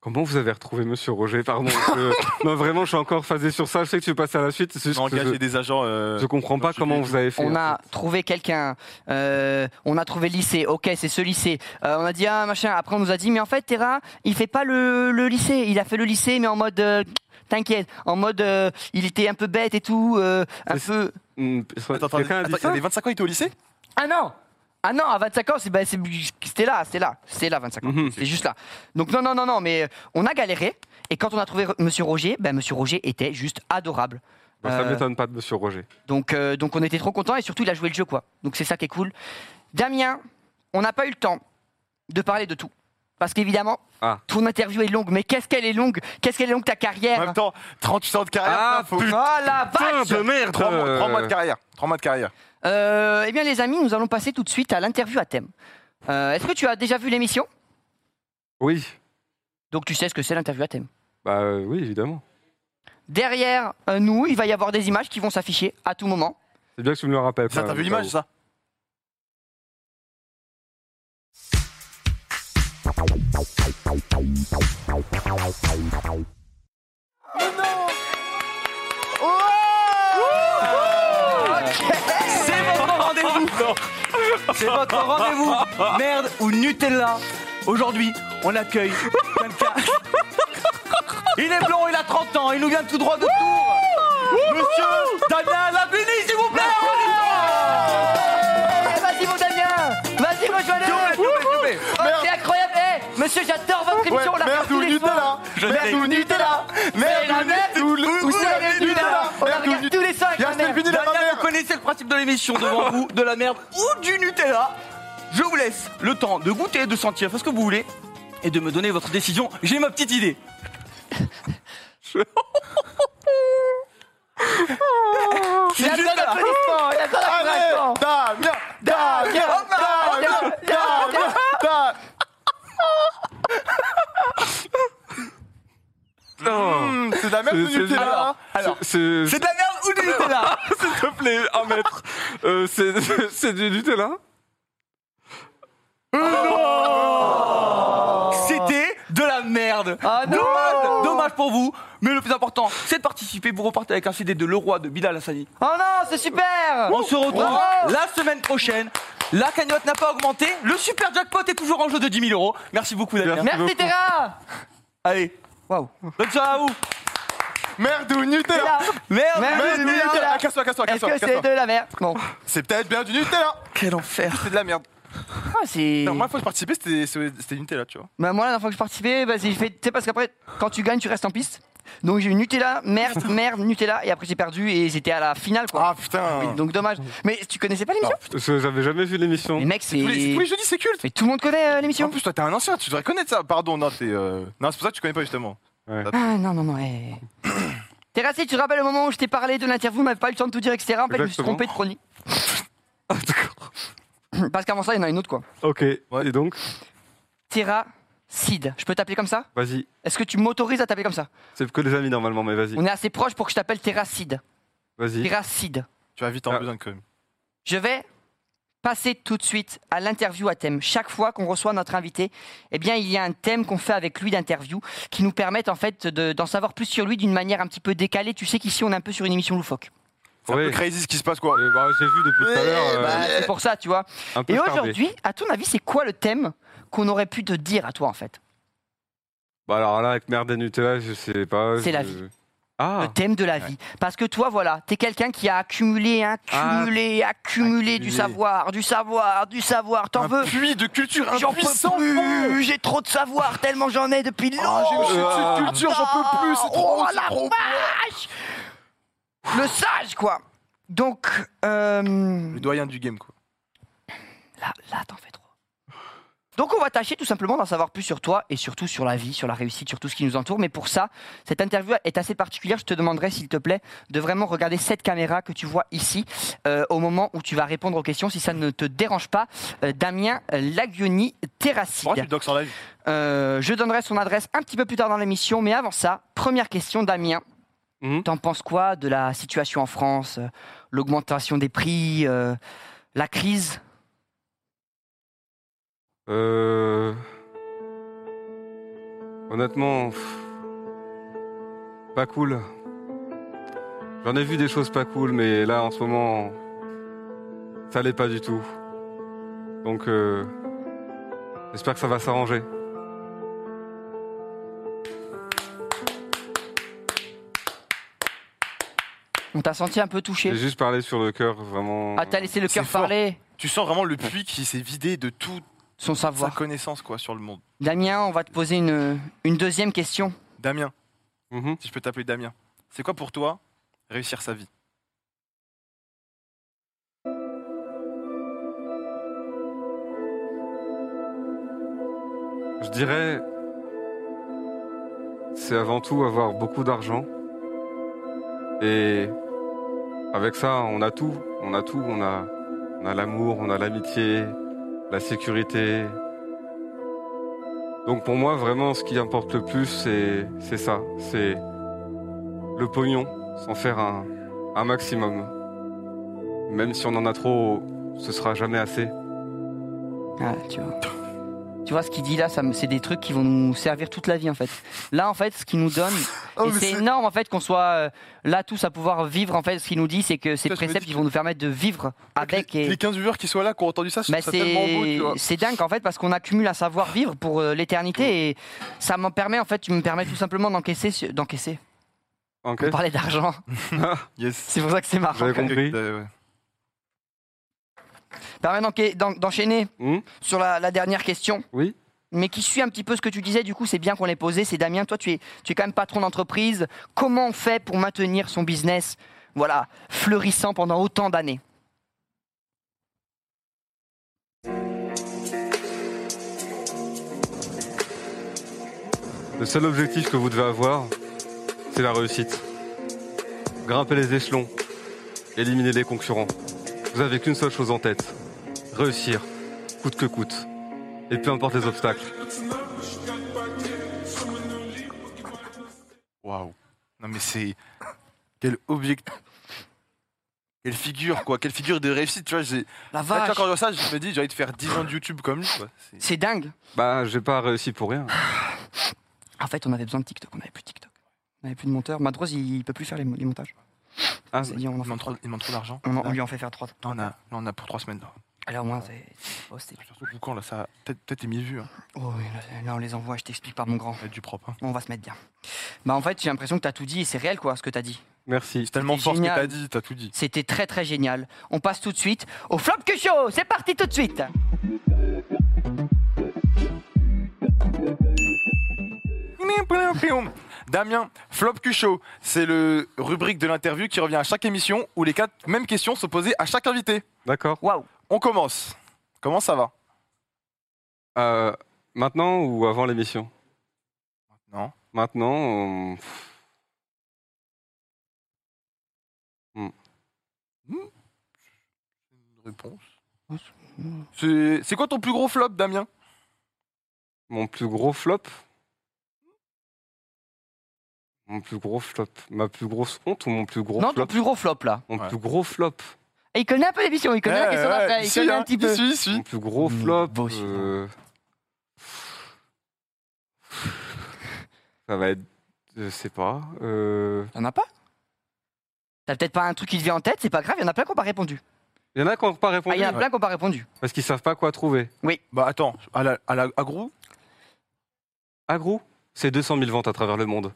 Comment vous avez retrouvé Monsieur Roger Pardon. je- non vraiment, je suis encore phasé sur ça. Je sais que tu veux passer à la suite. c'est juste On a que engagé je, des agents. euh, je comprends pas je sais comment plus. vous avez fait. On en a trouvé quelqu'un, euh, on a trouvé le lycée, ok, c'est ce lycée. Euh, on a dit ah machin, après on nous a dit, mais en fait, Terra, il fait pas le, le lycée, il a fait le lycée, mais en mode. euh, T'inquiète, en mode euh, il était un peu bête et tout, euh, un C'est- peu. fait. Mm, Attends, attends, Quelqu'un a dit attends, il ça avait 25 ans, il était au lycée Ah non Ah non, à 25 ans, c'est- bah, c'est- c'était là, c'était là, c'était là 25 ans, Mhm. c'était juste là. Donc non, non, non, non, mais euh, on a galéré, et quand on a trouvé Re- Monsieur Roger, ben Monsieur Roger était juste adorable. Bon, Bah, Ça Euh, m'étonne pas de Monsieur Roger. donc, euh, donc on était trop contents, et surtout il a joué le jeu, quoi. Donc c'est ça qui est cool. Damien, on n'a pas eu le temps de parler de tout. Parce qu'évidemment, Ah. ton interview est longue, mais qu'est-ce qu'elle est longue Qu'est-ce qu'elle est longue ta En même carrière temps, 38 ans de carrière. Ah, ça, faut- putain, Oh la Putain vache de merde 3 mois, trois mois de euh. carrière. 3 mois de carrière. Euh, Eh bien les amis, nous allons passer tout de suite à l'interview à thème. Euh, Est-ce que tu as déjà vu l'émission Oui, Donc tu sais ce que c'est l'interview à thème. bah euh, oui, évidemment. Derrière euh, nous, il va y avoir des images qui vont s'afficher à tout moment. C'est bien que tu me le rappelles. Ça, quand t'as vu même, l'image, ça C'est votre rendez-vous C'est votre rendez-vous Merde ou Nutella Aujourd'hui, on accueille quelqu'un. Il est blond, il a 30 ans, il nous vient tout droit de Tours Monsieur Damien Labini, s'il vous plaît Eh, Vas-y mon Damien Vas-y moi je vais aller Oh, C'est incroyable Eh, Monsieur, j'adore votre émission, on la fait Merde tous ou les soirs Nutella Merde ou Nutella C'est la Merde merde ou ou c'est Nutella les Nutella On la Merde ou regarde tous Nutella les soirs avec Y'a ma mère. Stéphanie la Damien, vous mère connaissez le principe de l'émission devant vous, de la merde ou du Nutella Je vous laisse le temps de goûter, de sentir, faire ce que vous voulez et de me donner votre décision. J'ai ma petite idée. Il a C'est juste besoin là. Ah, d'applaudissements Il a besoin d'applaudissements Allez Damien Damien Damien Damien Damien Putain. Hum, C'est de la merde ou C'est- c'est- Nutella hein. Alors, C'est. c'est de la merde ou du Nutella S'il te plaît, un mètre. Euh, c'est- c'est du Nutella C'était de la merde. Ah non Dommage, dommage pour vous. Mais le plus important, c'est de participer pour repartir avec un CD de Leroy de Bilal Hassani. Oh non, c'est super On se retrouve Bravo la semaine prochaine. La cagnotte n'a pas augmenté. Le super jackpot est toujours en jeu de 10 000 euros. Merci beaucoup, Damien. Merci Terra Allez, Waouh bonne soirée à vous. Merde ou Nutella Terra, Merde. Merde. Merde ou Nutella. Nutella Ah, Casse-toi, casse-toi, Est-ce casse-toi que c'est casse-toi. de la merde Bon, C'est peut-être bien du Nutella Quel enfer. C'est de la merde Ah, c'est... Non, moi, la fois que je participais, c'était c'était Nutella, tu vois Bah, moi, la dernière fois que je participais, bah, j'ai fait. Tu sais, parce qu'après, quand tu gagnes, tu restes en piste. Donc j'ai eu Nutella, merde, merde, Nutella, et après j'ai perdu et j'étais à la finale quoi. Ah putain Donc dommage. Mais tu connaissais pas l'émission Parce que J'avais jamais vu l'émission. Mais mec, c'est. Tous les tous les jeudis, c'est culte Mais tout le monde connaît euh, En l'émission plus, toi, t'es un ancien, tu devrais connaître ça. Ah, Pardon, non, t'es. euh, Non, c'est pour ça que tu connais pas justement. Ah non, non, non, eh. Terrassé, tu te rappelles le moment où je t'ai parlé de l'interview, mais pas eu le temps de tout dire, etc. En fait, je me suis Exactement. trompé de chronique. Ah, d'accord. Parce qu'avant ça, il y en a une autre, quoi. Ok. Et donc, Terra Sid. Je peux t'appeler comme ça vas-y. Est-ce que tu m'autorises à t'appeler comme ça C'est que les amis normalement, mais vas-y. On est assez proche pour que je t'appelle Terra Sid. Vas-y. Terra Sid. Tu vas vite en Ah. besoin quand même. Je vais passer tout de suite à l'interview à thème. Chaque fois qu'on reçoit notre invité, eh bien, il y a un thème qu'on fait avec lui d'interview qui nous permettent en fait de- d'en savoir plus sur lui d'une manière un petit peu décalée. Tu sais qu'ici, on est un peu sur une émission loufoque. C'est Ouais. un peu crazy ce qui se passe quoi. Euh, bah, J'ai vu depuis tout à l'heure. euh, Bah, c'est pour ça, tu vois. un peu Et starbé. aujourd'hui, à ton avis, c'est quoi le thème qu'on aurait pu te dire à toi en fait Bah alors là, avec merde et Nutella, je sais pas. C'est la je- vie. Ah Euh, Le thème de la Ouais. vie. Parce que toi, voilà, t'es quelqu'un qui a accumulé, accumulé, accumulé, du Ah. Accumulé. savoir, du savoir, du savoir. T'en veux Un puits de culture, un J'en puits sans peux fond. plus. J'ai trop de savoir, tellement j'en ai depuis Ah, j'ai eu longtemps. cette culture, j'en peux plus, c'est trop, Oh c'est la trop. vache Le sage, quoi. Donc, euh, Le doyen du game quoi. là, là t'en fais trop. Donc on va tâcher tout simplement d'en savoir plus sur toi et surtout sur la vie, sur la réussite, sur tout ce qui nous entoure. Mais pour ça, cette interview est assez particulière. Je te demanderai, s'il te plaît, de vraiment regarder cette caméra que tu vois ici euh, au moment où tu vas répondre aux questions, si ça ne te dérange pas. Euh, Damien Lagioni Terracide. Pourquoi tu le docs en live Euh, je donnerai son adresse un petit peu plus tard dans l'émission, mais avant ça, première question, Damien. Mhm. T'en penses quoi de la situation en France euh, L'augmentation des prix, euh, la crise Euh... Honnêtement, pff, pas cool. J'en ai vu des choses pas cool, mais là en ce moment, ça l'est pas du tout. Donc, euh, j'espère que ça va s'arranger. On t'a senti un peu touché J'ai juste parlé sur le cœur, vraiment. Ah, t'as laissé le C'est cœur fort. parler Tu sens vraiment le puits qui s'est vidé de toute Son sa savoir. connaissance quoi sur le monde. Damien, on va te poser une, une deuxième question. Damien, Mhm. si je peux t'appeler Damien, c'est quoi pour toi réussir sa vie Je dirais, c'est avant tout avoir beaucoup d'argent. Et avec ça, on a tout. On a tout. On a, on a l'amour, on a l'amitié, la sécurité. Donc pour moi, vraiment, ce qui importe le plus, c'est, c'est ça. C'est le pognon, s'en faire un, un maximum. Même si on en a trop, ce sera jamais assez. Ah, tu vois. Tu vois ce qu'il dit là, ça me- c'est des trucs qui vont nous servir toute la vie en fait. Là en fait, ce qu'il nous donne, Oh, et c'est énorme en fait qu'on soit euh, là tous à pouvoir vivre en fait. Ce qu'il nous dit, c'est que ces Putain, je me préceptes dis ils vont nous permettre de vivre avec les, et les 15 viewers qui sont là, qui ont entendu ça, je Bah, trouve ça tellement beau, tu vois. c'est c'est dingue en fait parce qu'on accumule un savoir vivre pour euh, l'éternité et ça m'en permet en fait, tu me permets tout simplement d'encaisser, ce- d'encaisser. Ok On parlait d'argent, Yes. c'est pour ça que c'est marrant. J'avais compris. Euh, ouais. Permet d'enca- d'en- d'enchaîner Hmm sur la, la dernière question. Oui. Mais qui suit un petit peu ce que tu disais, du coup, c'est bien qu'on l'ait posé. C'est Damien, toi, tu es, tu es quand même patron d'entreprise. Comment on fait pour maintenir son business, voilà, fleurissant pendant autant d'années Le seul objectif que vous devez avoir, c'est la réussite. Grimpez les échelons, éliminez les concurrents. Vous avez qu'une seule chose en tête, réussir, coûte que coûte. Et peu importe les obstacles. Waouh. Non mais c'est quel objectif. Quelle figure quoi, quelle figure de réussite, tu vois, j'ai La Là, tu vois, vache quand je vois ça, je me dis j'ai envie de faire 10 ans de YouTube comme lui quoi. C'est- C'est dingue. Bah, j'ai pas réussi pour rien. En fait, on avait besoin de TikTok. On n'avait plus de TikTok. On n'avait plus de monteur. Madros, il, il peut plus faire les, mo- les montages. Ah, C'est-à-dire, on, en Il fait demande trois. trop, il demande trop d'argent. On en- on là, lui en fait faire trois. là, on a, là, on a pour 3 semaines. Là. Alors, au moins, c'est. c'est- oh, c'est- Ah, Surtout que Boucan, là, ça a peut-être peut-être mis vues. Hein. oh, oui, là, là, on les envoie. Je t'explique par mon grand. Ça va être du propre. hein. On va se mettre bien. Bah, en fait, j'ai l'impression que t'as tout dit et c'est réel, quoi, ce que t'as dit. merci. C'est tellement C'était fort ce que génial. t'as dit, t'as tout dit. C'était très très génial. On passe tout de suite au flop que show. C'est parti tout de suite. Damien, Flop Cucho, c'est le rubrique de l'interview qui revient à chaque émission où les quatre mêmes questions sont posées à chaque invité. D'accord. Waouh. On commence. Comment ça va Euh, maintenant ou avant l'émission Non. euh, Maintenant, on- pff. Réponse. C'est c'est quoi ton plus gros flop, Damien Mon plus gros flop Mon plus gros flop Ma plus grosse honte ou mon plus gros Non, ton flop plus gros flop là. Mon Ouais. plus gros flop. Et il connaît un peu l'émission, il connaît la Ouais, question Eh, ouais, d'après, il si, connaît hein, un petit il peu. suit, il suit. Mon plus gros Mm, flop. beau signe. euh, Ça va être. Je sais pas. euh, Y'en a pas T'as peut-être pas un truc qui te vient en tête, c'est pas grave, il y en a plein qui n'ont pas répondu. Il y en a qui n'ont pas Ah, répondu il y en a plein qui n'ont pas répondu. parce qu'ils savent pas quoi trouver. Bah attends, à la, à la- à Grou Agro, c'est 200 000 ventes à travers le monde.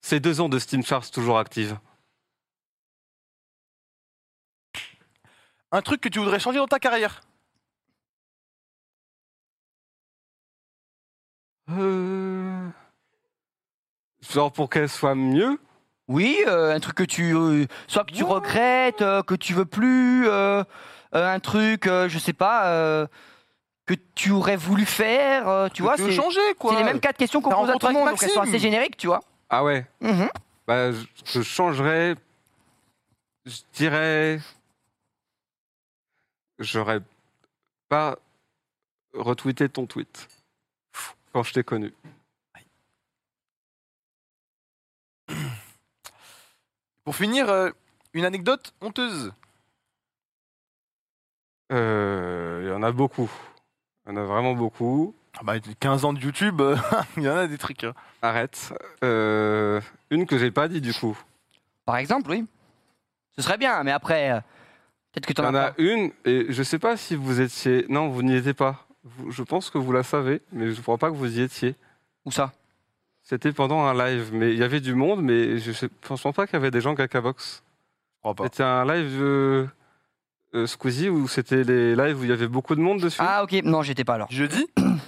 C'est deux ans de Steam Charts toujours active. un truc que tu voudrais changer dans ta carrière Euh... Genre pour qu'elle soit mieux Oui, euh, un truc que tu. euh, soit que tu regrettes, euh, que tu veux plus, euh, euh, un truc, euh, je sais pas, euh, que tu aurais voulu faire, euh, tu Bah, vois, Que tu veux c'est changer quoi c'est les mêmes quatre questions qu'on T'as pose à tout le rencontré monde, avec donc elles sont Maxime. assez génériques, tu vois. Ah ouais Mhm. Bah, je, je changerais. Je dirais. J'aurais pas retweeté ton tweet quand je t'ai connu. Pour finir, euh, une anecdote honteuse. Euh, Il y en a beaucoup. Il y en a vraiment beaucoup. Ah bah 15 ans de YouTube, euh, il y en a des trucs. hein. Arrête. Euh, une que j'ai pas dit du coup. Par exemple, oui. Ce serait bien, mais après, euh, peut-être que Il y t'en as en a pas. une, et je sais pas si vous étiez. Non, vous n'y étiez pas. Vous- je pense que vous la savez, mais je crois pas que vous y étiez. Ou ça C'était pendant un live, mais il y avait du monde, mais je sais- je pense pas qu'il y avait des gens cacabox. Je crois pas. C'était un live euh, euh, Squeezie où c'était les lives où il y avait beaucoup de monde dessus. Ah, ok, non, j'étais pas alors. Jeudi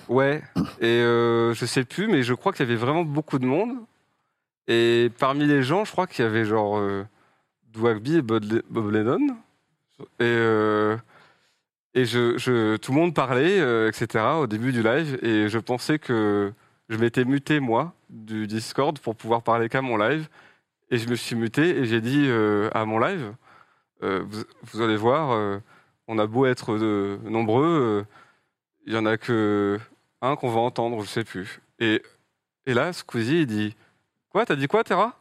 Ouais. Et euh, je sais plus, mais je crois qu'il y avait vraiment beaucoup de monde. Et parmi les gens, je crois qu'il y avait genre euh, Dwagby et Bob, Le- Bob Lennon. Et, euh, et je, je- tout le monde parlait, euh, etc. au début du live. Et je pensais que je m'étais muté, moi, du Discord pour pouvoir parler qu'à mon live. Et je me suis muté et j'ai dit euh, à mon live, euh, vous, vous allez voir, euh, on a beau être euh, nombreux, euh, il y en a que un hein, qu'on va entendre, je sais plus. Et, et là, Squeezie, il dit Quoi T'as dit quoi, Terra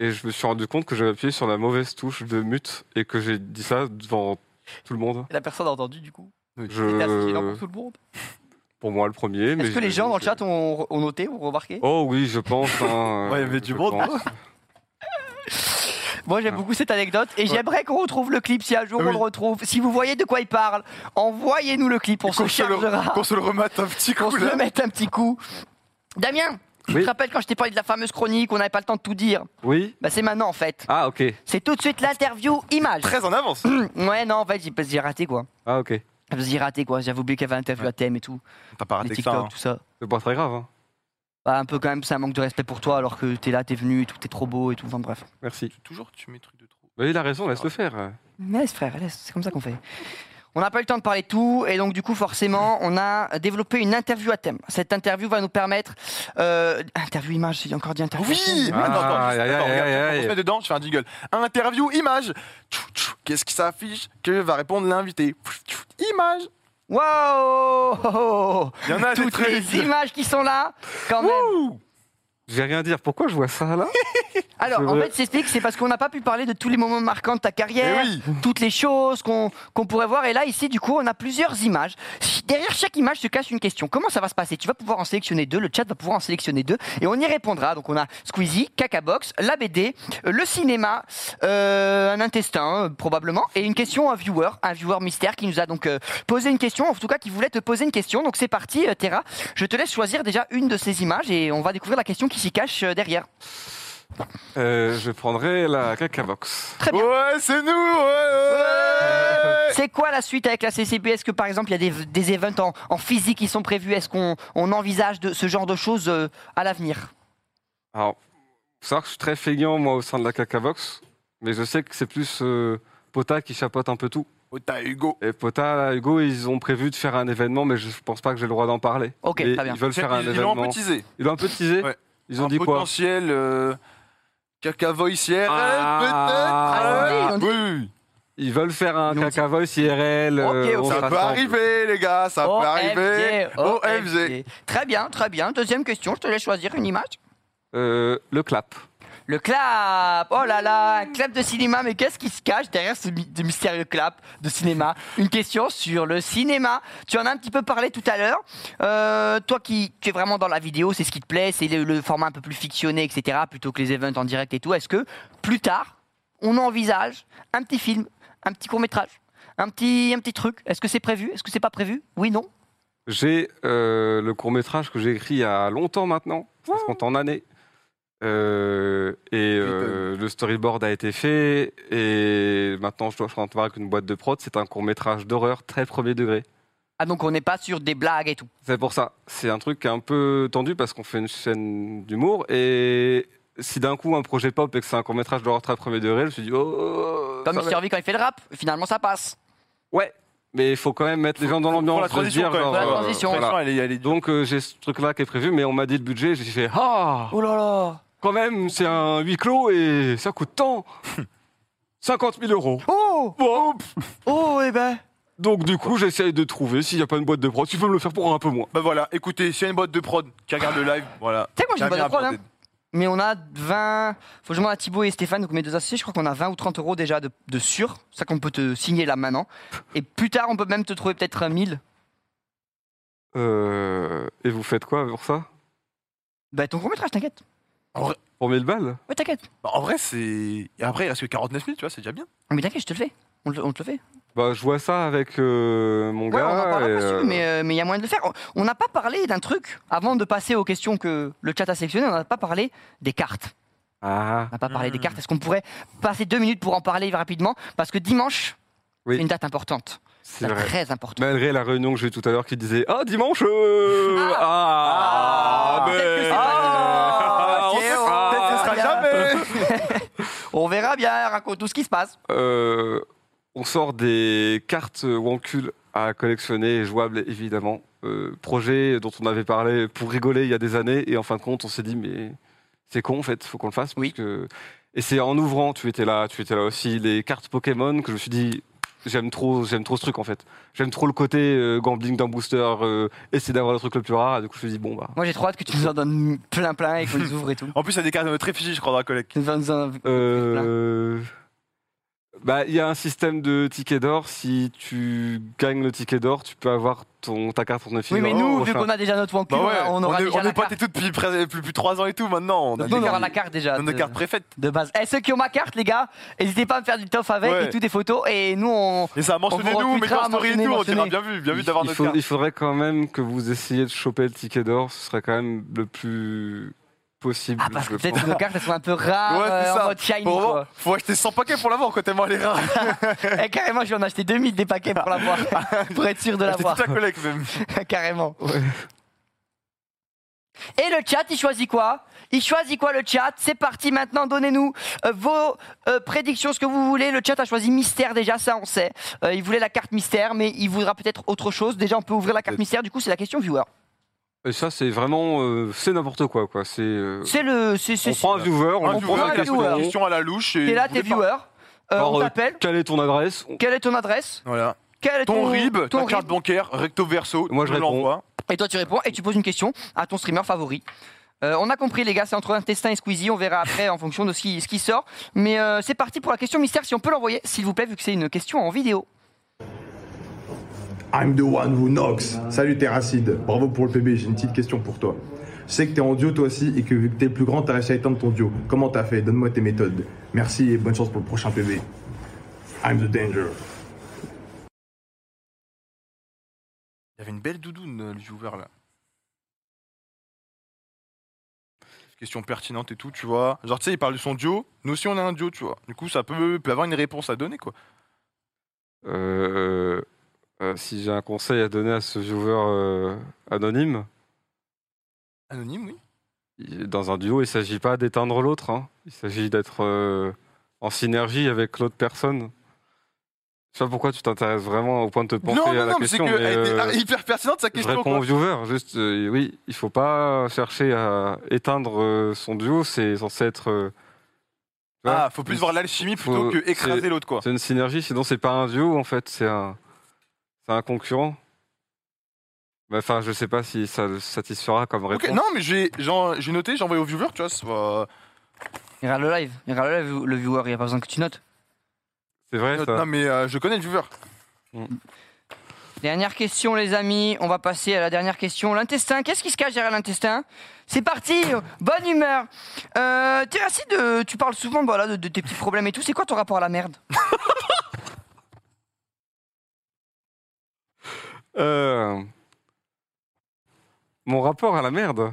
Et je me suis rendu compte que j'avais appuyé sur la mauvaise touche de mute et que j'ai dit ça devant tout le monde. Et la personne a entendu du coup Je, tout le monde. pour moi, le premier. Euh, mais Est-ce que les je- gens dans le chat ont, ont noté ou remarqué Oh oui, je pense. hein, Ouais, il y avait du je monde. pense. Moi j'aime beaucoup cette anecdote et j'aimerais qu'on retrouve le clip si un jour Ah. Oui. on le retrouve. Si vous voyez de quoi il parle, envoyez-nous le clip, on se Qu'on se le- chargera. Qu'on se hein. le remate un petit Qu'on coup se là. le mette un petit coup. Damien, je Oui. te rappelle quand je t'ai parlé de la fameuse chronique, on n'avait pas le temps de tout dire. Oui Bah c'est maintenant en fait. Ah, ok. C'est tout de suite l'interview image. Très en avance. Ouais non en fait j'ai j'ai raté quoi. Ah, ok. J'ai raté quoi, j'avais oublié qu'il y avait un interview à thème et tout. T'as pas Les raté que ça. TikTok, hein. tout ça. C'est pas très grave. hein. Bah, un peu quand même, c'est un manque de respect pour toi alors que t'es là, t'es venu et tout, t'es trop beau et tout. Enfin bref. Merci. Tu- Toujours tu mets truc de trop. Bah, il a raison, laisse le faire. Mais Laisse frère, laisse, c'est comme ça qu'on fait. On n'a pas eu le temps de parler de tout et donc du coup forcément on a développé une interview à thème. Cette interview va nous permettre... euh, interview image, j'ai encore dit Ah interview. à Oui thème. Ah, Attends, attends, juste- aïe, aïe, attends, regarde, aïe, On se aïe. met dedans, je fais un jingle. Interview, image. Tchou, tchou, Qu'est-ce qui s'affiche Que va répondre l'invité Tchou, tchou, Image Wow Il y en a des Toutes trucs. les images qui sont là quand même. Je vais rien dire. Pourquoi je vois ça là Alors C'est en vrai. fait j'explique, c'est parce qu'on n'a pas pu parler de tous les moments marquants de ta Eh carrière, oui toutes les choses qu'on qu'on pourrait voir et là ici du coup on a plusieurs images. Ch- Derrière chaque image se cache une question. Comment ça va se passer Tu vas pouvoir en sélectionner deux, le chat va pouvoir en sélectionner deux et on y répondra. Donc on a Squeezie, Cacabox, la BD, euh, le cinéma, euh, un intestin euh, probablement et une question à un viewer, un viewer mystère qui nous a donc euh, posé une question, en tout cas qui voulait te poser une question. Donc c'est parti euh, Terra, je te laisse choisir déjà une de ces images et on va découvrir la question qui s'y cache euh, derrière. Euh, Je prendrai la cacabox. Très bien. Ouais, c'est nous ouais, ouais. C'est quoi la suite avec la CCP Est-ce que par exemple il y a des, des events en, en physique qui sont prévus Est-ce qu'on on envisage de, ce genre de choses euh, à l'avenir Alors, faut savoir que je suis très feignant, moi, au sein de la cacabox. Mais je sais que c'est plus euh, Pota qui chapote un peu tout. Oh, t'as Hugo. Et Pota, Hugo, ils ont prévu de faire un événement, mais je pense pas que j'ai le droit d'en parler. Ok, Mais très bien. Ils veulent Ils faire un ils l'ont événement. empotisé. Ils l'ont un peu teasé. Ouais. Ils ont Un dit quoi potentiel euh, caca voicière, Ah. peut-être. Ah, ils l'ont dit, oui, oui. Ils veulent faire un Nous, on dit- caca voice IRL. Ok, euh, ok. on se Ça Ça peut rassemble. arriver, les gars, ça Oh, peut arriver. Oh, OFG. Très bien, très bien. Deuxième question, je te laisse choisir une image. Euh, le clap. Le clap Oh là là, un clap de cinéma, mais qu'est-ce qui se cache derrière ce mi- de mystérieux clap de cinéma Une question sur le cinéma. Tu en as un petit peu parlé tout à l'heure. Euh, toi qui tu es vraiment dans la vidéo, c'est ce qui te plaît, c'est le, le format un peu plus fictionné, etc., plutôt que les events en direct et tout. Est-ce que plus tard, on envisage un petit film, un petit court-métrage, un petit, un petit truc Est-ce que c'est prévu Est-ce que c'est pas prévu Oui, non J'ai euh, le court métrage que j'ai écrit il y a longtemps maintenant, ça se compte en années. Euh, et euh, le storyboard a été fait et maintenant je dois faire un travail avec une boîte de prod. C'est un court métrage d'horreur très premier degré. Ah, donc on n'est pas sur des blagues et tout. C'est pour ça. C'est un truc qui est un peu tendu parce qu'on fait une chaîne d'humour et si d'un coup un projet pop et que c'est un court métrage d'horreur très premier degré, je me suis dit oh. Comme ça va. Mr. V quand il fait le rap, finalement ça passe. Ouais, mais il faut quand même mettre les gens dans l'ambiance. Pour la de se dire, transition, quand même. genre, la euh, transition. voilà. Franchement, elle est- elle est- Donc euh, j'ai ce truc-là qui est prévu, mais on m'a dit le budget, j'ai fait ah Oh là là quand même c'est un huis clos et ça coûte tant 50 000 euros. Oh Bon, pff. Oh, eh ben donc du coup j'essaye de trouver s'il n'y a pas une boîte de prod, tu peux me le faire pour un peu moins. Bah voilà, écoutez, s'il y a une boîte de prod qui regarde le live, voilà. Tu sais que moi, Ah, j'ai une boîte de Jamais prod, hein. abordé. Mais on a 20. Faut que je demande à Thibaut et Stéphane, donc mes deux associés, je crois qu'on a 20 ou 30 euros déjà de, de sûr. Ça qu'on peut te signer là maintenant. Et plus tard, on peut même te trouver peut-être un 1000. Euh, et vous faites quoi pour ça Bah, ton court-métrage, t'inquiète. Pour 1000 balles Ouais, t'inquiète. Bah, en vrai, c'est. et Après, il reste que 49 000, tu vois, c'est déjà bien. Mais t'inquiète, je te le fais. On, le- on te le fait. Bah je vois ça avec euh, mon Ouais, gars. on en parlera et, pas, si tu veux, euh, mais euh, mais il y a moyen de le faire. On- On n'a pas parlé d'un truc, avant de passer aux questions que le chat a sélectionnées, on n'a pas parlé des cartes. Ah On n'a pas parlé des Hmm. cartes. Est-ce qu'on pourrait passer deux minutes pour en parler rapidement Parce que dimanche, Oui. c'est une date importante. c'est C'est vrai. très importante. Malgré la réunion que j'ai eu tout à l'heure qui disait Ah dimanche euh, Ah, Ah, peut-être que c'est pas Ah, dimanche. on sait Ok, pas. Peut-être que ce sera jamais On verra bien, raconte tout ce qui se passe. Euh, on sort des cartes Wankul à collectionner, jouables évidemment. Euh, projet dont on avait parlé pour rigoler il y a des années, et en fin de compte, on s'est dit, mais c'est con en fait, faut qu'on le fasse. Oui. parce que- Et c'est en ouvrant, tu étais là, tu étais là aussi, les cartes Pokémon que je me suis dit. J'aime trop, j'aime trop ce truc en fait. J'aime trop le côté euh, gambling d'un booster, euh, essayer d'avoir le truc le plus rare. Et du coup, je me suis dit bon bah. Moi j'ai trop hâte que tu nous en donnes plein plein et qu'on les ouvre et tout. En plus, il y a des cartes de notre effigie, je crois, dans la collecte. Tu nous en- nous en- Euh, Bah, il y a un système de tickets d'or. Si tu gagnes le ticket d'or, tu peux avoir ton, ta carte en Oui mais nous, vu prochain. qu'on a déjà notre Wanku, Bah ouais, on aura est- déjà la est pas carte. tes toutes depuis presque- plus, plus 3 ans et tout maintenant. On a Donc, nous, on des aura cartes- la carte euh, déjà on de, a des cartes préfaites. de base. Et ceux qui ont ma carte les gars, n'hésitez pas à me faire du tof avec Ouais. et tout des photos et nous on... Et ça, mentionnez-nous, mettez en story et tout, on dira bien vu, bien vu Ah, d'avoir il, notre faut- carte. il faudrait quand même que vous essayiez de choper le ticket d'or. Ce serait quand même le plus possible. Ah parce que je peut-être pense. que nos cartes elles sont un peu rares Ouais, c'est euh, en ça. mode shiny Pour le moment, quoi. faut acheter 100 paquets pour l'avoir quand tellement elle est rare. Eh, carrément je vais en acheter 2000 des paquets pour l'avoir, pour être sûr de Acheter l'avoir. toute la collecte même. Carrément. Et le chat, il choisit quoi Il choisit quoi le chat C'est parti maintenant, donnez-nous euh, vos euh, prédictions, ce que vous voulez. Le chat a choisi mystère déjà, ça on sait. Euh, il voulait la carte mystère, mais il voudra peut-être autre chose. Déjà, on peut ouvrir la carte Peut-être. mystère, du coup, c'est la question viewer. Et ça, c'est vraiment, euh, c'est n'importe quoi, quoi. C'est. euh, C'est le. C'est, c'est, on prend un viewer, on, Un lui prend viewer, sa un il a posé question. viewer. une question à la louche. et hein t'es là, vous t'es voulez pas. viewer. Euh, Alors, on euh, t'appelle. Quelle est ton adresse On- Quelle est ton adresse Voilà. Quel est ton, Ton RIB, ton ta carte RIB. bancaire, recto verso, Moi, je tu réponds. l'envoies. Et toi, tu réponds et tu poses une question à ton streamer favori. Euh, on a compris, les gars, c'est entre Intestin et Squeezie. On verra après en fonction de ce qui, ce qui sort. Mais euh, c'est parti pour la question mystère. Si on peut l'envoyer, s'il vous plaît, vu que c'est une question en vidéo. I'm the one who knocks. Salut Terracide, bravo pour le PB, j'ai une petite question pour toi. Je sais que t'es en duo toi aussi et que vu que t'es le plus grand, t'as réussi à éteindre ton duo. Comment t'as fait Donne-moi tes méthodes. Merci et bonne chance pour le prochain PB. I'm the danger. Il y avait une belle doudoune, euh, le viewer là. Question pertinente et tout, tu vois. Genre, tu sais, il parle de son duo. Nous aussi, on a un duo, tu vois. Du coup, ça peut, peut avoir une réponse à donner, quoi. Euh, euh, si j'ai un conseil à donner à ce viewer euh, anonyme, Anonyme, oui. il- dans un duo, il ne s'agit pas d'éteindre l'autre. hein. Il s'agit d'être euh, en synergie avec l'autre personne. Je sais pas pourquoi tu t'intéresses vraiment au point de te pencher non, à non, la non, mais c'est question. que mais, elle était euh, ah, hyper pertinente sa je question. réponds Quoi. au viewer. Juste, euh, oui, il faut pas chercher à éteindre euh, son duo. C'est censé être. euh, tu vois, Ah, faut plus voir l'alchimie plutôt Faut- que écraser c'est- l'autre, quoi. C'est une synergie, sinon c'est pas un duo en fait, c'est un, c'est un concurrent. Bah, Enfin, je sais pas si ça le satisfera comme réponse. Ok, non, mais j'ai j'en- j'ai noté, j'ai envoyé au viewer, tu vois. c'est pas- Il regarde le live, il regarde le live, le viewer, il n'y a pas besoin que tu notes. c'est vrai ça. Non, mais euh, je connais le viewer. Dernière question, les amis. On va passer à la dernière question. L'intestin, qu'est-ce qui se cache derrière l'intestin C'est parti, bonne humeur. Euh, t'es assis de, tu parles souvent voilà, de, de tes petits problèmes et tout. C'est quoi ton rapport à la merde Euh, Mon rapport à la merde.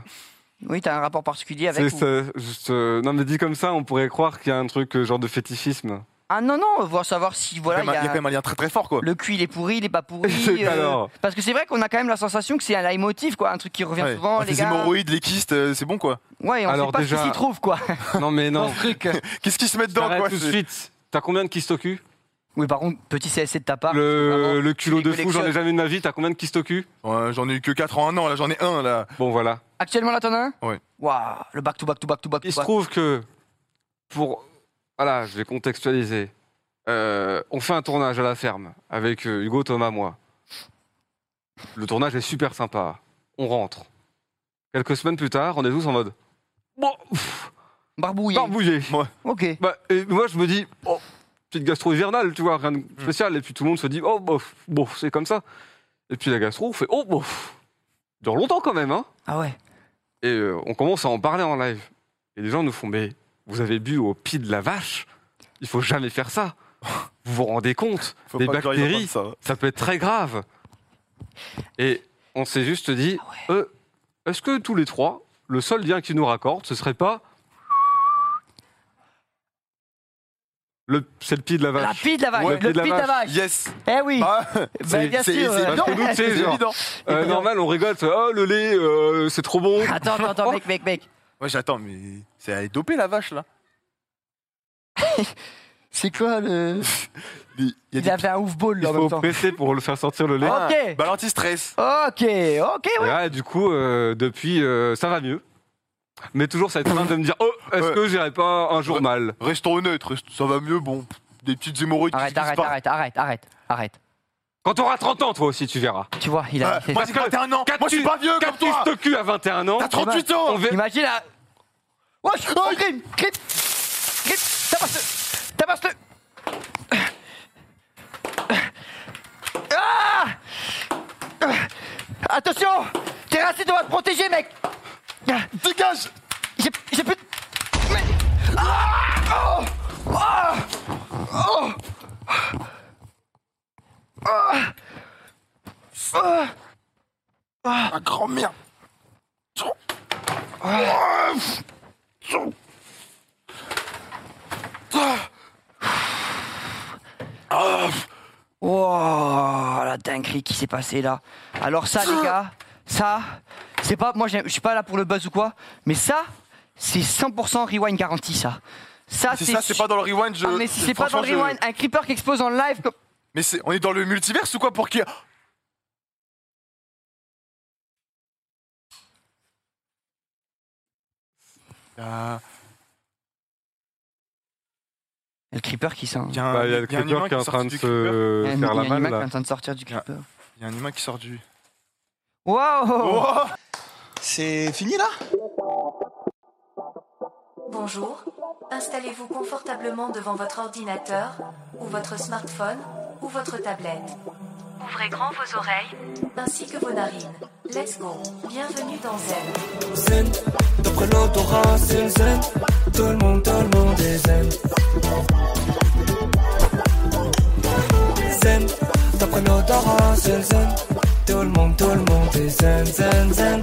Oui, t'as un rapport particulier C'est avec. ou- ça, juste, euh, Non, mais dit comme ça, on pourrait croire qu'il y a un truc euh, genre de fétichisme. Ah non, non, voir savoir si voilà, Quand même, il y a quand même un lien très très fort, quoi. le cul il est pourri, il est pas pourri. euh, C'est pas l'or. Parce que c'est vrai qu'on a quand même la sensation que c'est un leitmotiv, quoi, un truc qui revient Ouais. souvent, Ah, les les gars. hémorroïdes, les kystes, euh, c'est bon, quoi. Ouais, on Alors sait pas ce déjà- qui s'y trouve, quoi. non, mais non. Qu'est-ce qu'ils se mettent dedans, T'arrêtes quoi tout de c'est- suite. T'as combien de kystes au cul Oui, par contre, petit CSC de ta part. le, Ah, vraiment, le culot tu de les fou, j'en ai collectionnes. jamais de ma vie. T'as combien de kystes au cul Ouais, J'en ai eu que 4 en un an, là, j'en ai un, là. Bon, voilà. Actuellement, là, t'en as un Ouais. Waouh, le back to back to back to back. Il to se back. trouve que pour voilà, je vais contextualiser. Euh, on fait un tournage à la ferme avec euh, Hugo, Thomas, moi. Le tournage est super sympa. On rentre. Quelques semaines plus tard, on est tous en mode bon, pff, Barbouillé. barbouillé. Ok. Bah, et moi, je me dis oh, petite gastro hivernale, tu vois, rien de spécial. Et puis tout le monde se dit oh bof, bon, c'est comme ça. Et puis la gastro, on fait oh bof, dure longtemps quand même, hein. Ah ouais. Et euh, on commence à en parler en live. Et les gens nous font Mais vous avez bu au pied de la vache Il faut jamais faire ça Vous vous rendez compte Faut Les pas que j'aille bactéries, entendre ça. ça peut être très grave Et on s'est juste dit Euh, Est-ce que tous les trois, le seul lien qui nous raccorde, ce serait pas. Le, c'est le pied de la La vache. pile de la vache. Ouais, le pied de la vache. Yes Eh oui. Bah, Bah, bien c'est- sûr. c'est euh, Parce que non. nous, tu sais, c'est genre, évident. euh, normal, on rigole, c'est, oh le lait, euh, c'est trop bon. Attends, attends, attends, mec, mec, mec. Ouais, j'attends, mais c'est elle est dopée, la vache, là. C'est quoi le. Il y a Il des... avait un ouf ball Il là en même faut temps. presser pour le faire sortir le lait. Ah, Ok. Bah, l'anti-stress. Ok, ok, Et ouais. là, du coup, euh, depuis, euh, ça va mieux. Mais toujours cette crainte de me dire, oh, est-ce Ouais. que j'irai pas un jour Ouais. mal Restons honnêtes, rest- ça va mieux, bon. Des petites hémorroïdes Arrête, qui se arrête, disparent. arrête, arrête, arrête, arrête. Quand t'auras 30 ans, toi aussi, tu verras. Tu vois, il a. Ouais, Ah, moi, j'ai 41 ans. Quatre Moi, je suis tu- pas vieux comme 4 toi. de cul à 21 ans. T'as 38 ans. On verra- Imagine là. Wesh, oh, crime, crime, crime, tabasse le, tabasse le. Ah Attention, tes racines doivent te protéger, mec. Dégage J'ai, j'ai plus. de- Mais... Ah Oh Ah Oh Ah Ah Ah, grand-mère Oh la dinguerie qui s'est passée là. Alors ça les gars, ça, c'est pas, moi j'ai- je suis pas là pour le buzz ou quoi, mais ça, c'est 100% rewind garanti ça. Ça C'est ça, c'est pas dans le rewind, je... Ah, mais si c'est pas dans le franchement, je- rewind, un creeper qui explose en live comme... Mais c'est- on est dans le multiverse ou quoi pour qui Ah, Le creeper qui sort. y a un- Bah, Il y y a le a un creeper humain qui est en sort train de du se creeper. Il y a euh, un faire la humain malle, qui est en là. train de sortir du creeper. Il y a un humain qui sort du... Waouh Oh C'est fini là Bonjour. Installez-vous confortablement devant votre ordinateur, ou votre smartphone, ou votre tablette. Ouvrez grand vos oreilles, ainsi que vos narines. Let's go. Bienvenue dans Zen. Zen, d'après l'odorat, c'est le zen. Tout le monde, tout le monde est zen. Zen, d'après l'odorat, c'est le zen. Tout le monde, tout le monde est zen, zen, zen.